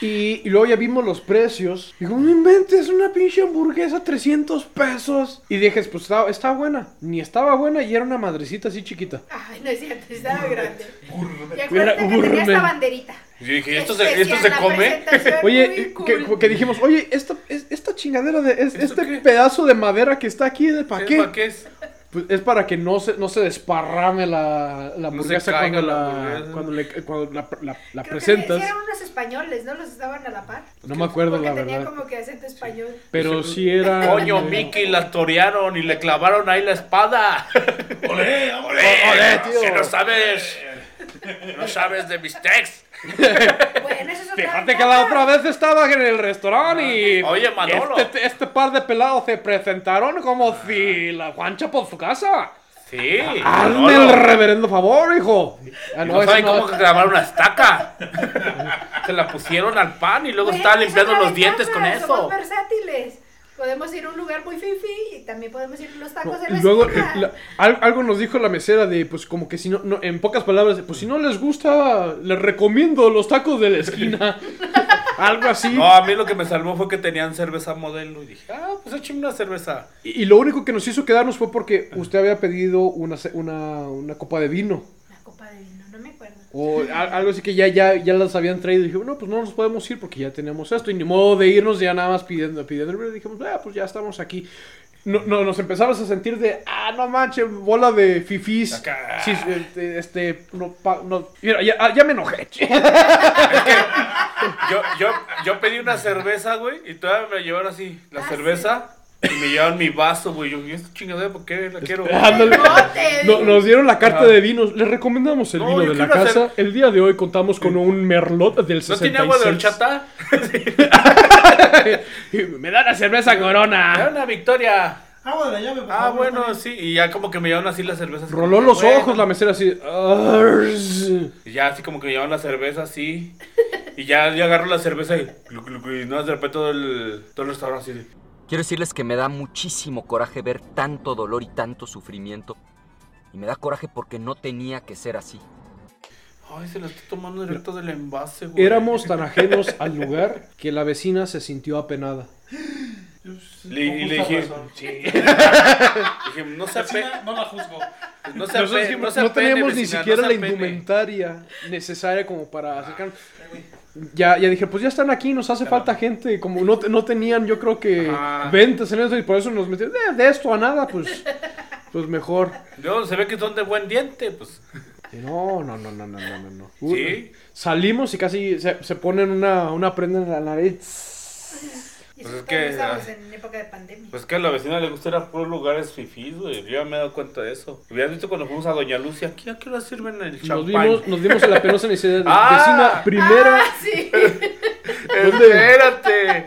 S1: Y, y luego ya vimos los precios. Digo, no inventes una pinche hamburguesa, 300 pesos. Y dije, pues está, está buena. Ni estaba buena y era una madrecita así chiquita.
S4: Ay, no es cierto, estaba grande. Y
S1: Era
S4: acuérdate que tenía
S1: gourmet.
S4: esta banderita.
S2: Yo dije, ¿esto se,
S4: Especial,
S2: esto se
S4: la
S2: come?
S4: presentación muy
S1: Oye, eh, que,
S4: cool.
S1: que dijimos, oye, esta, es- esta chingadera de es-
S2: ¿Esto
S1: este
S2: qué?
S1: pedazo de madera que está aquí, ¿de para
S2: ¿Es
S1: qué?
S2: pa' qué es?
S1: Pues es para que no se, no se desparrame la, la
S2: se
S1: hamburguesa
S2: caiga
S1: cuando,
S2: la
S1: la,
S2: hamburguesa.
S1: cuando, le- cuando la, la- la
S4: Creo que
S1: presentas.
S4: sí eran unos españoles, ¿no? Los estaban a la par.
S1: No me acuerdo
S4: Porque
S1: la
S4: tenía
S1: verdad.
S4: como que acento español.
S1: Pero sí era.
S2: Coño,
S1: eh,
S2: Mickey la torearon y le clavaron ahí la espada.
S3: ¡Olé,
S2: ¡Eh,
S3: olé!
S1: Oh, tío!
S2: Si no sabes, no sabes de bistecs.
S4: Bueno, eso es otra
S1: Fíjate que la otra vez estaba en el restaurante y.
S2: Oye, Manolo.
S1: Este, este par de pelados se presentaron como si la guancha por su casa.
S2: Sí.
S1: Hazme
S2: Manolo.
S1: el reverendo favor, hijo. Ah,
S2: Y
S1: no,
S2: No,
S1: ese
S2: saben
S1: no.
S2: cómo clavar una estaca. Se la pusieron al pan y luego
S4: Bueno,
S2: estaban
S4: es
S2: limpiando
S4: otra
S2: los dientes
S4: ventaja,
S2: con eso.
S4: Somos versátiles. Podemos ir a un lugar muy fifi y también podemos ir a los tacos de
S1: Y
S4: la
S1: luego
S4: esquina.
S1: eh, la- al- algo nos dijo la mesera de, pues como que si no, no- en pocas palabras, pues si no les gusta, les recomiendo los tacos de la esquina. algo así.
S2: No, a mí lo que me salvó fue que tenían cerveza modelo. Y dije, ah, pues échame una cerveza.
S1: Y, y lo único que nos hizo quedarnos fue porque usted había pedido una, ce- una, una copa de vino.
S4: Una copa de vino, no me acuerdo.
S1: O a- algo así que ya, ya, ya las habían traído. Y dije, no, pues no nos podemos ir porque ya tenemos esto. Y ni modo de irnos ya nada más pidiendo, pidiendo. Y dijimos, ah, pues ya estamos aquí. No, no, nos empezamos a sentir de, ah, no manches, bola de fifís.
S2: Acá.
S1: Sí, este, este, no, pa- no. Mira, ya, ya me enojé.
S2: Yo, yo, yo pedí una cerveza, güey, y todavía me la llevaron así, la
S4: Ah,
S2: cerveza, y me llevaron mi vaso, güey. Yo, ¿y esta chingadera por qué la quiero?
S1: Pues, Ándale.
S4: bote,
S1: No, nos dieron la carta
S2: Ajá.
S1: de vinos. Les recomendamos el
S2: No,
S1: vino
S2: yo
S1: de la
S2: quiero hacer-
S1: casa. El día de hoy contamos con un merlot del 66.
S2: ¿No tiene agua de horchata?
S1: me da la cerveza
S2: Era
S1: corona.
S2: una victoria.
S3: Agua de la llave, por
S2: Ah,
S3: favor,
S2: bueno,
S3: también.
S2: sí. Y ya como que me llevaron así la cerveza. así
S1: Roló
S2: como,
S1: los
S2: Ah, bueno.
S1: ojos la mesera así. "Arrs".
S2: Y ya así como que me llevaron la cerveza así. Y ya yo agarro la cerveza y, glu, glu, glu, y no, de repente todo el, todo el restaurante así. de,
S6: Quiero decirles que me da muchísimo coraje ver tanto dolor y tanto sufrimiento. Y me da coraje porque no tenía que ser así.
S2: Ay, se la está tomando directo del envase, güey.
S1: Éramos tan ajenos al lugar que la vecina se sintió apenada.
S2: Le, y le
S3: Con justa
S2: dije,
S3: razón.
S2: sí. dije, no se
S3: Sí,
S2: ape...
S3: no- No la juzgo.
S2: No se
S1: Nosotros
S2: ape-
S1: dijimos,
S2: no se
S1: no
S2: apene,
S1: teníamos ni
S2: vecina, no
S1: siquiera
S2: se
S1: la
S2: apene". Ah,
S1: indumentaria necesaria como para acercarnos. Ya, ya dije, pues ya están aquí, nos hace falta gente. Como no, te- no tenían, yo creo que
S2: Ajá.
S1: ventas en eso y por eso nos "Eh, metieron de, de esto a nada, pues, pues mejor.
S2: Yo, se ve que son de buen diente, pues.
S1: No, no, no, no, no, no, no, no. Uy,
S2: ¿Sí?
S1: Salimos y casi se, se ponen una, una prenda en la nariz.
S4: Y
S2: Pues
S4: eso
S2: es
S4: todavía
S2: que,
S4: estábamos
S2: ah,
S4: en época de pandemia.
S2: Pues que a la vecina le gusta ir a puros lugares fifís, güey. Yo ya me he dado cuenta de eso. Hubieras visto cuando fuimos a Doña Lucia. ¿Aquí a qué hora sirven el
S1: Nos
S2: champán?
S1: dimos, nos dimos la penosa necesidad de
S2: Ah.
S1: vecina primera.
S4: Ah, sí.
S2: Espérate.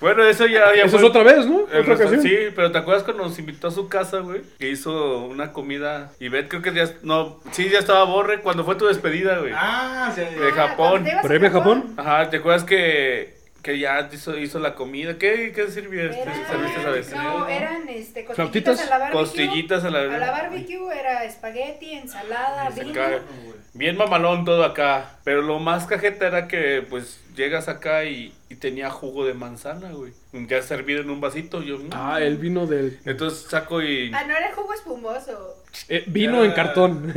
S2: Bueno, eso ya, ya
S1: Eso
S2: fue-
S1: es otra vez, ¿no?
S2: El
S1: Otra
S2: resta-
S1: ocasión.
S2: Sí, pero ¿te acuerdas cuando nos invitó a su casa, güey? Que hizo una comida. Y Beth, creo que ya. No, sí, ya estaba borre cuando fue tu despedida, güey.
S3: Ah, ya, ya,
S2: De
S3: ya.
S2: Japón.
S4: cuando te ibas a
S1: ¿Premio Japón?
S2: Ajá, ¿te acuerdas que, que ya hizo, hizo la comida? ¿Qué, qué sirvió este,
S4: Eran-
S2: serviste esa vez?
S4: no, eran este,
S1: ¿Flautitas?
S4: costillitas a la barbecue.
S2: Costillitas a la
S4: A la barbecue era espagueti, ensalada,
S2: Se
S4: vino.
S2: caga.
S3: No, güey.
S2: Bien mamalón todo acá. Pero lo más cajeta era que, pues, llegas acá y, y tenía jugo de manzana, güey. Ya servido en un vasito. Yo, mm.
S1: Ah, el vino del.
S2: Entonces saco y.
S4: Ah, no era jugo espumoso.
S1: eh, vino en cartón.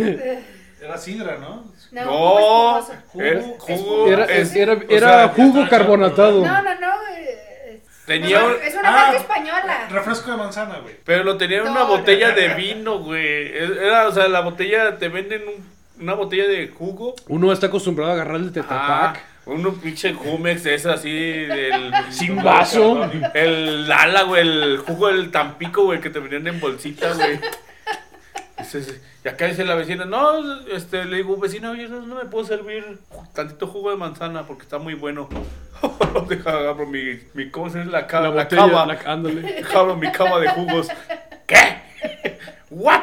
S3: Era sidra, ¿no?
S4: No,
S2: No,
S4: jugo espumoso.
S3: jugo
S2: era
S3: espumoso.
S2: jugo,
S1: Era,
S2: es-
S1: era,
S2: o
S1: era
S2: sea,
S1: jugo
S3: está-
S1: carbonatado.
S4: No, no, no. eh,
S2: Tenía
S4: no,
S2: un-
S4: Es una marca
S3: Ah.
S4: española.
S3: Refresco de manzana, güey.
S2: Pero lo tenía en
S4: No,
S2: una
S4: no,
S2: botella
S4: no,
S2: de
S4: no.
S2: vino, güey. Era, o sea, la botella, te venden un- una botella de jugo.
S1: Uno está acostumbrado a agarrar el
S2: Ah,
S1: tetapac.
S2: uno pinche Jumex, es así del.
S1: Sin vaso.
S2: El Lala, güey, el jugo del Tampico, güey, que te venían en bolsita, güey. Dices, Y acá dice la vecina, no, este, le digo, vecina, oye, no, no me puedo servir tantito jugo de manzana porque está muy bueno. Deja, abro mi, mi, ¿cómo se dice? La, ca-
S1: la
S2: la
S1: botella.
S2: cava.
S1: la- ándale.
S2: Abro mi cava de jugos. ¿Qué? ¿What?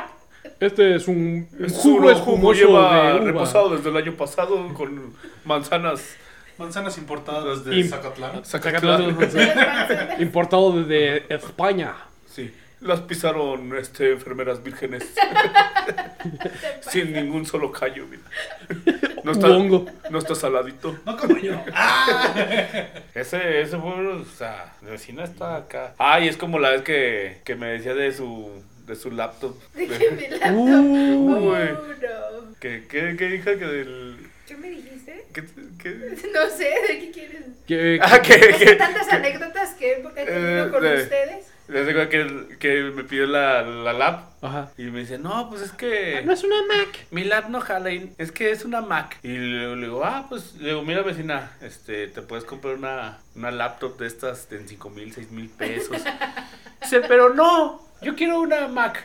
S1: Este es un un
S2: Es
S1: jugo
S2: jugo,
S1: espumoso
S2: lleva
S1: de uva.
S2: reposado desde el año pasado con manzanas
S3: Manzanas importadas de
S1: Im-
S3: Zacatlán.
S1: Zacatlán.
S2: Zacatlán.
S1: Importado desde España.
S2: Sí, las pisaron este, enfermeras vírgenes. Sin ningún solo callo, mira. No está,
S1: Hongo.
S2: no está saladito.
S3: No como yo. Ah.
S2: Ese, ese fue, o sea, la vecina está acá. Ay, es como la vez que, que me decía de su, de su laptop.
S4: Déjeme la.
S1: Uh,
S2: güey.
S4: no.
S2: ¿Qué, qué, qué dijo que del...
S4: ¿Qué me dijiste?
S2: qué- qué?
S4: No sé, ¿de qué quieres?
S1: que-
S2: Ah, que,
S4: Es que
S2: que,
S4: tantas anécdotas que he tenido
S2: Eh,
S4: con
S2: de-
S4: ustedes.
S2: desde que, que me pidió la, la lap
S1: Ajá.
S2: y me dice, no, pues es que...
S5: Ah, No es una Mac.
S2: Mi lap no jala, y- es que es una Mac. Y le, le digo, ah, pues, le digo, mira vecina, este, te puedes comprar una, una laptop de estas de en 5 mil, 6 mil pesos. Dice, pero no, yo quiero una Mac.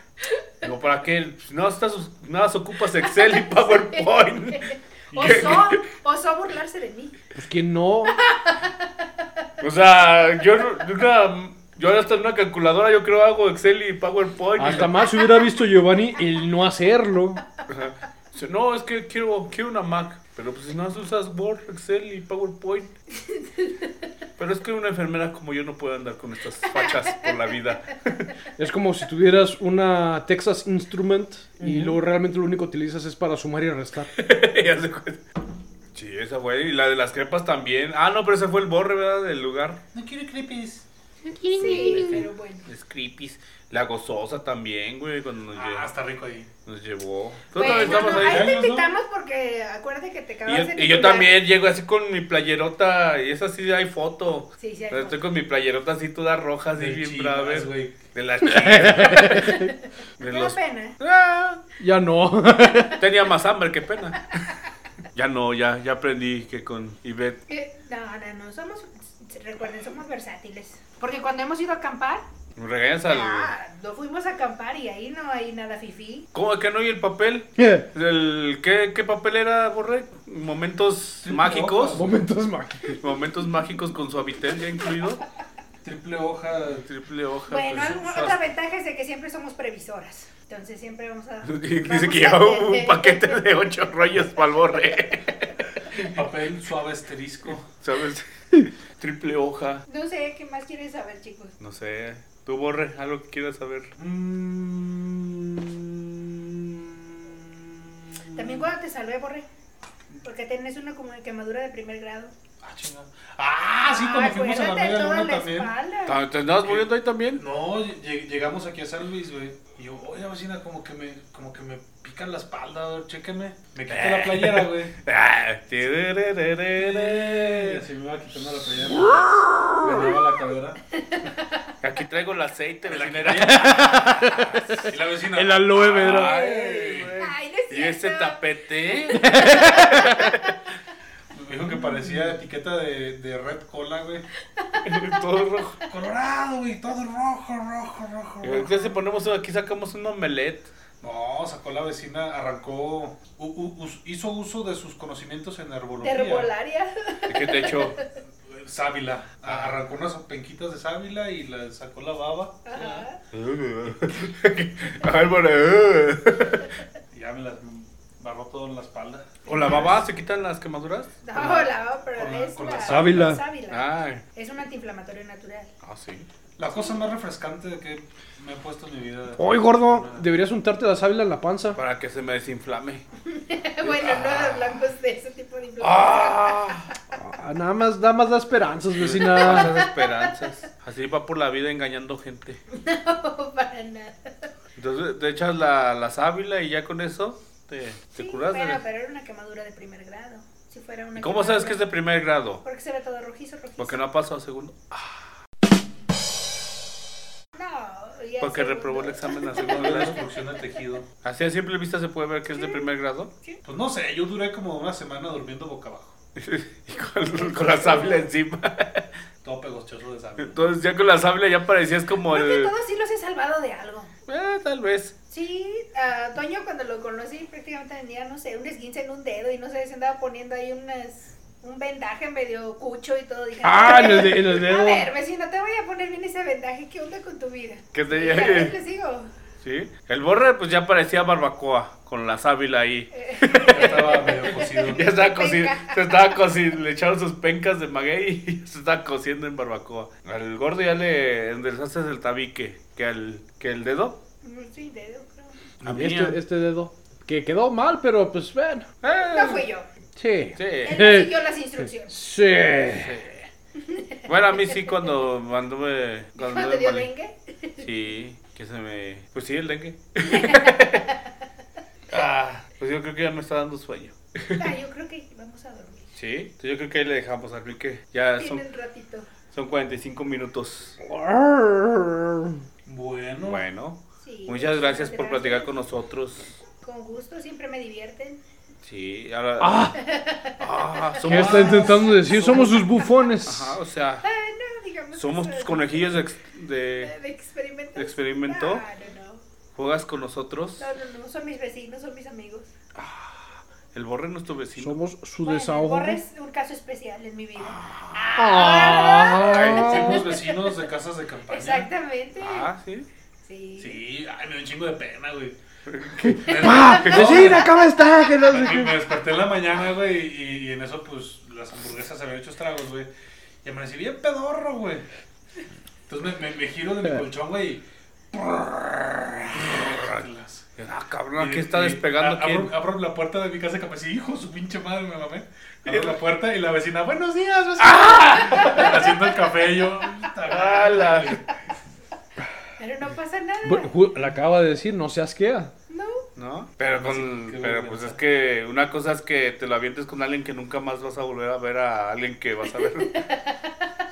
S2: Digo, ¿para qué? Pues, Nada estás, nada más ocupas Excel y PowerPoint.
S4: Osó, osó burlarse de mí.
S1: Pues que no.
S2: O sea, yo no- nunca, yo ahora hasta en una calculadora yo creo hago Excel y PowerPoint.
S1: Hasta más hubiera visto Giovanni el no hacerlo.
S2: Dice, no, es que quiero, quiero una Mac. Pero pues si no usas Word, Excel y PowerPoint. Pero es que una enfermera como yo no puede andar con estas fachas por la vida.
S1: Es como si tuvieras una Texas Instrument y luego realmente lo único que utilizas es para sumar y restar.
S2: Ya se cuenta. sí, esa fue. Y la de las crepas también. Ah, no, pero ese fue el borre, ¿verdad? Del lugar.
S3: No quiero creepis.
S5: No tiene
S4: Sí, pero bueno.
S2: Las creepies. La gozosa también, güey, cuando nos, lle-
S3: Ah, está rico ahí.
S2: nos llevó. Tú
S4: Bueno,
S2: también estabas ahí. ¿eh?
S4: ahí te
S3: años, ¿no?
S4: invitamos porque acuérdate que te
S2: Y
S4: acabas de
S2: yo, y yo
S4: titular.
S2: también llego así con mi playerota. Y esa sí hay foto.
S4: Sí, sí, hay
S2: Pero Estoy
S4: foto.
S2: con mi playerota así toda roja, así
S3: Del
S2: bien
S3: Chivas,
S2: brava.
S3: güey.
S2: De las chivas. De
S4: Qué
S2: los-
S4: pena.
S2: Ah,
S1: Ya no.
S2: tenía más hambre, qué pena. Ya no, ya, ya aprendí que con Ivette.
S4: Eh, No, no, no, somos, recuerden, somos versátiles. Porque cuando hemos ido a acampar,
S2: Me regañas al.
S4: ah, no fuimos a acampar y ahí no hay nada fifí.
S2: ¿Cómo que no? ¿Y el papel? ¿El, qué, qué papel era, Borre? ¿Momentos
S3: Sí,
S2: mágicos?
S1: Momentos mágicos.
S2: ¿Momentos mágicos con su habitel ya incluido?
S3: Triple hoja.
S2: Triple hoja.
S4: Bueno,
S2: pues,
S4: algo-
S2: esas-
S4: otra ventaja es de que siempre somos previsoras. Entonces siempre vamos a...
S2: Dice
S4: vamos
S2: que
S4: a-
S2: lleva un paquete de ocho rollos para el Borre.
S3: Papel suave asterisco.
S2: ¿Sabes? Triple hoja.
S4: No sé, ¿qué más quieren saber, chicos?
S2: No sé. ¿Tú, Borre? ¿Algo que quieras saber?
S3: Mm.
S4: También cuando te salvé, Borre. Porque tenés una como de quemadura de primer grado.
S3: Ah, chingada. Ah, sí, cuando
S4: Ay,
S3: fuimos a la
S4: acuérdate,
S3: media
S4: toda
S3: luna
S4: la
S3: también.
S4: espalda.
S2: ¿Te te andabas moviendo ahí también?
S3: No, lle- llegamos aquí a San Luis, güey. Y yo, oye, vecina, como que me, como que me pican la espalda, a ver, chéqueme. Me quito la playera, güey.
S2: Ah,
S3: Y
S2: tirerererere.
S3: así me iba quitando la playera. Me daba la cadera.
S2: Aquí traigo el aceite, vecina.
S3: Y la vecina.
S1: El aloe vera.
S3: Ay,
S4: Ay, no es
S2: Y este tapete.
S3: Me dijo que parecía etiqueta de, de Red Cola, güey.
S2: Todo rojo.
S3: Colorado, güey, todo rojo, rojo, rojo.
S2: Y
S3: rojo.
S2: ahorita si ponemos uno, aquí sacamos un omelette.
S3: No, sacó la vecina, arrancó, u- u- us- hizo uso de sus conocimientos en herbología.
S4: Herbolaria.
S2: ¿De qué te echó?
S3: Sábila. A- Arrancó unas penquitas de sábila y le sacó la baba.
S4: Ajá.
S2: eh.
S3: Y ya me las barró todo en la espalda.
S2: ¿O la baba se quitan las quemaduras?
S4: No,
S3: la-
S4: la, pero
S3: con la-
S4: es
S3: con la
S1: sábila.
S4: sábila.
S2: Ay.
S4: Es un antiinflamatorio natural.
S2: Ah, sí.
S3: La cosa más refrescante que me he puesto en mi vida.
S1: Oye, gordo, deberías untarte la sábila en la panza.
S2: Para que se me desinflame.
S4: bueno, no los blancos de ese tipo de inflamación.
S2: ¡Ah!
S1: Ah, nada más, nada más da esperanzas,
S2: Falsas
S1: vecina.
S2: esperanzas. Así va por la vida engañando gente.
S4: No, para nada.
S2: Entonces te echas la, la sábila y ya con eso te, te
S4: Sí,
S2: curas. de-
S4: bueno, pero era una quemadura de primer grado. Si fuera una
S2: ¿Cómo sabes que es de primer grado?
S4: Porque se ve todo rojizo, rojizo.
S2: Porque no ha pasado a segundo.
S4: No, ya
S2: Porque
S4: segundo.
S2: reprobó el examen a segundo
S3: La
S2: grado.
S3: destrucción de tejido.
S2: Así a simple vista se puede ver que es de primer grado.
S3: Pues no sé, yo duré como una semana durmiendo boca abajo.
S2: Y con, con la sábila encima.
S3: Todo pegochoso de sábila.
S2: Entonces ya con la sábila ya parecías como
S4: Creo que
S2: el...
S4: todos sí los he salvado de algo.
S2: Ah, tal vez.
S4: Sí, a Toño cuando lo conocí prácticamente tenía, no sé, un esguince en un dedo y no sé, se andaba poniendo ahí unas, un vendaje medio cucho y todo. Dije,
S1: Ah,
S4: "A
S1: en
S4: ver,
S1: el, de- en el dedo.
S4: A ver, vecino, te voy a poner bien ese vendaje. ¿Qué onda con tu vida?
S2: Que te
S4: Y a ver,
S2: llegue.
S4: les digo.
S2: Sí. El borre pues ya parecía barbacoa con la sábila ahí.
S3: Ya estaba medio cocido.
S2: Ya estaba cocido,
S4: Penca.
S2: se estaba cocido, le echaron sus pencas de maguey y se estaba cociendo en barbacoa. Al gordo ya le enderezaste el tabique, que al que el dedo.
S4: "Mm, Sí, dedo, creo.
S2: A mí,
S1: Este, este dedo. Que quedó mal, pero pues bueno.
S2: eh,
S4: No fui yo.
S1: Sí.
S4: Él
S2: Sí.
S4: no siguió las instrucciones.
S1: Sí.
S2: Bueno, a mí sí cuando anduve cuando
S4: ¿Cuándo
S2: anduve
S4: te dio
S2: mal-
S4: dengue?
S2: Sí, que se me pues sí el dengue. ah, pues yo creo que ya me está dando sueño.
S4: Ah, yo creo que vamos a dormir.
S2: Sí, entonces yo creo que ahí le dejamos al que ya son,
S4: Tiene un ratito.
S2: son 45 minutos.
S3: Bueno,
S2: Bueno,
S4: Sí,
S2: muchas gracias por platicar con nosotros.
S4: Con gusto, siempre me divierten.
S2: Sí, ahora.
S1: Ah,
S2: Ah,
S1: ¿Qué
S2: somos.
S1: está intentando decir? Somos sus bufones.
S2: Ajá, o sea,
S4: Ah, no, digamos.
S2: somos
S4: eso
S2: tus
S4: de-
S2: conejillos de, ex-
S4: de
S2: de-
S4: de experimento.
S2: de experimento.
S4: No, no, no.
S2: Juegas con nosotros.
S4: No, no, no, son mis vecinos, son mis amigos.
S2: El borre no es tu vecino.
S1: Somos su
S4: Bueno,
S1: desahogo.
S4: Borre es un caso especial en mi vida.
S3: fuimos
S1: Ah.
S3: vecinos de casas de campaña.
S4: Exactamente.
S2: Ah, sí.
S4: Sí.
S3: Sí, ay, me dio un chingo de pena, güey.
S1: Pa, ¡Pues vecina, ¿cómo está? Que no sé
S3: Me,
S1: qué.
S3: me desperté en la mañana, güey, y, y en eso, pues, las hamburguesas se habían hecho estragos, güey. Y amanecí bien pedorro, güey. Entonces me, me- me giro de mi colchón, güey, y...
S2: Ah, cabrón,
S3: Y-
S2: aquí está
S3: y
S2: despegando.
S3: a-
S2: ¿quién?
S3: Abro, abro la puerta de mi casa que me decía, hijo, su pinche madre, me mamé.
S2: Ah.
S3: Abro la puerta y la vecina, buenos días, vecina.
S2: ¡Ah!
S3: Haciendo el café, y yo... "Puta madre".
S4: Pero no pasa nada.
S1: Bu- ju- La acaba de decir, no seas queda.
S4: No.
S2: ¿No? Pero, con,
S3: qué
S2: pero
S3: vergüenza.
S2: pues es que una cosa es que te lo avientes con alguien que nunca más vas a volver a ver a alguien que vas a ver.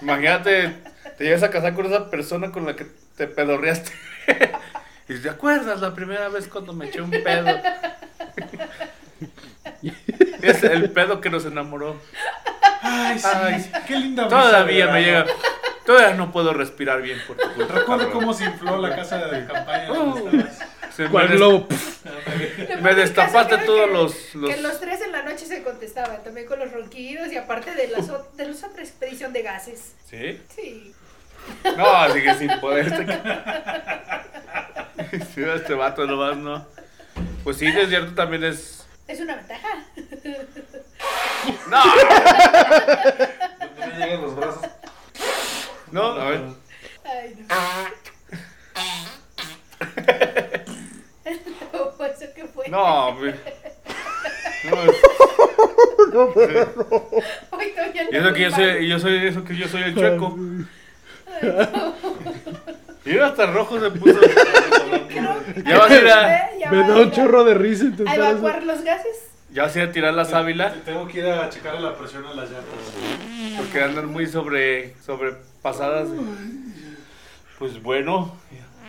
S2: Imagínate, te llegas a casar con esa persona con la que te pedorreaste. y te acuerdas la primera vez cuando me eché un pedo. es el pedo que nos enamoró.
S3: Ay, sí,
S2: Ay.
S3: qué linda brisa
S2: Todavía
S3: de
S2: me llega.
S3: verano.
S2: Todavía no puedo respirar bien por tu culpa,
S3: Recuerdo
S2: cabrón.
S3: cómo se infló la casa de campaña. donde
S2: Uh.
S3: estabas.
S2: Se me,
S1: ¿Cuál
S2: des-
S1: globo?
S2: me destapaste
S4: Creo
S2: todos
S4: que-
S2: los, los-
S4: Que los tres en la noche se contestaban, también con los ronquidos y aparte de, las o- de los otra expedición de gases.
S2: ¿Sí?
S4: Sí.
S2: No, así que sin poder. Sí, este vato nomás no. Pues sí, es cierto, también es.
S4: Es una ventaja.
S2: ¡No!
S3: No me llegan los brazos.
S2: No, a ver.
S4: Ay, no. no, pues, eso que fue.
S2: No, güey. No,
S4: Ay, Toño, no
S2: y eso
S4: Eh,
S2: que yo
S4: culpable.
S2: soy, y yo soy, eso que yo soy el chueco. Y era hasta rojo se puso. Ya vas a ir a,
S4: Ve, ya
S1: Me
S4: va
S1: da
S4: a ir
S1: un
S4: a-
S1: chorro de risa
S4: a
S1: intentar eso.
S4: evacuar los gases.
S2: ya vas a ir a tirar la sábila
S3: Tengo que ir a checar la presión a las llantas.
S2: porque andan muy sobre sobrepasadas. Pues bueno,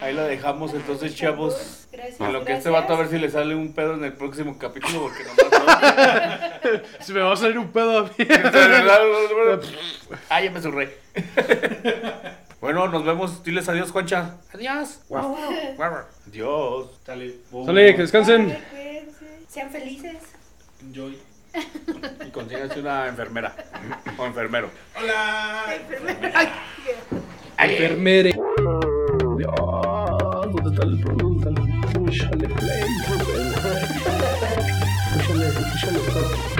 S2: ahí la dejamos entonces, chavos.
S4: Gracias decir.
S2: A lo que este
S4: gracias.
S2: vato a ver si le sale un pedo en el próximo capítulo, porque nomás
S1: Se me va a salir un pedo a mí.
S2: no. ah, ya me surré. bueno, nos vemos. Diles adiós, Juancha. Adiós. Dios.
S3: Dale.
S1: Sale, que descansen.
S4: Ay, cuídense. Sean felices.
S3: Enjoy.
S2: Y consíganse una enfermera o enfermero.
S3: Hola.
S4: Ay, qué-
S1: Enfermere.
S7: Puxale, puxale, puxale, puxale.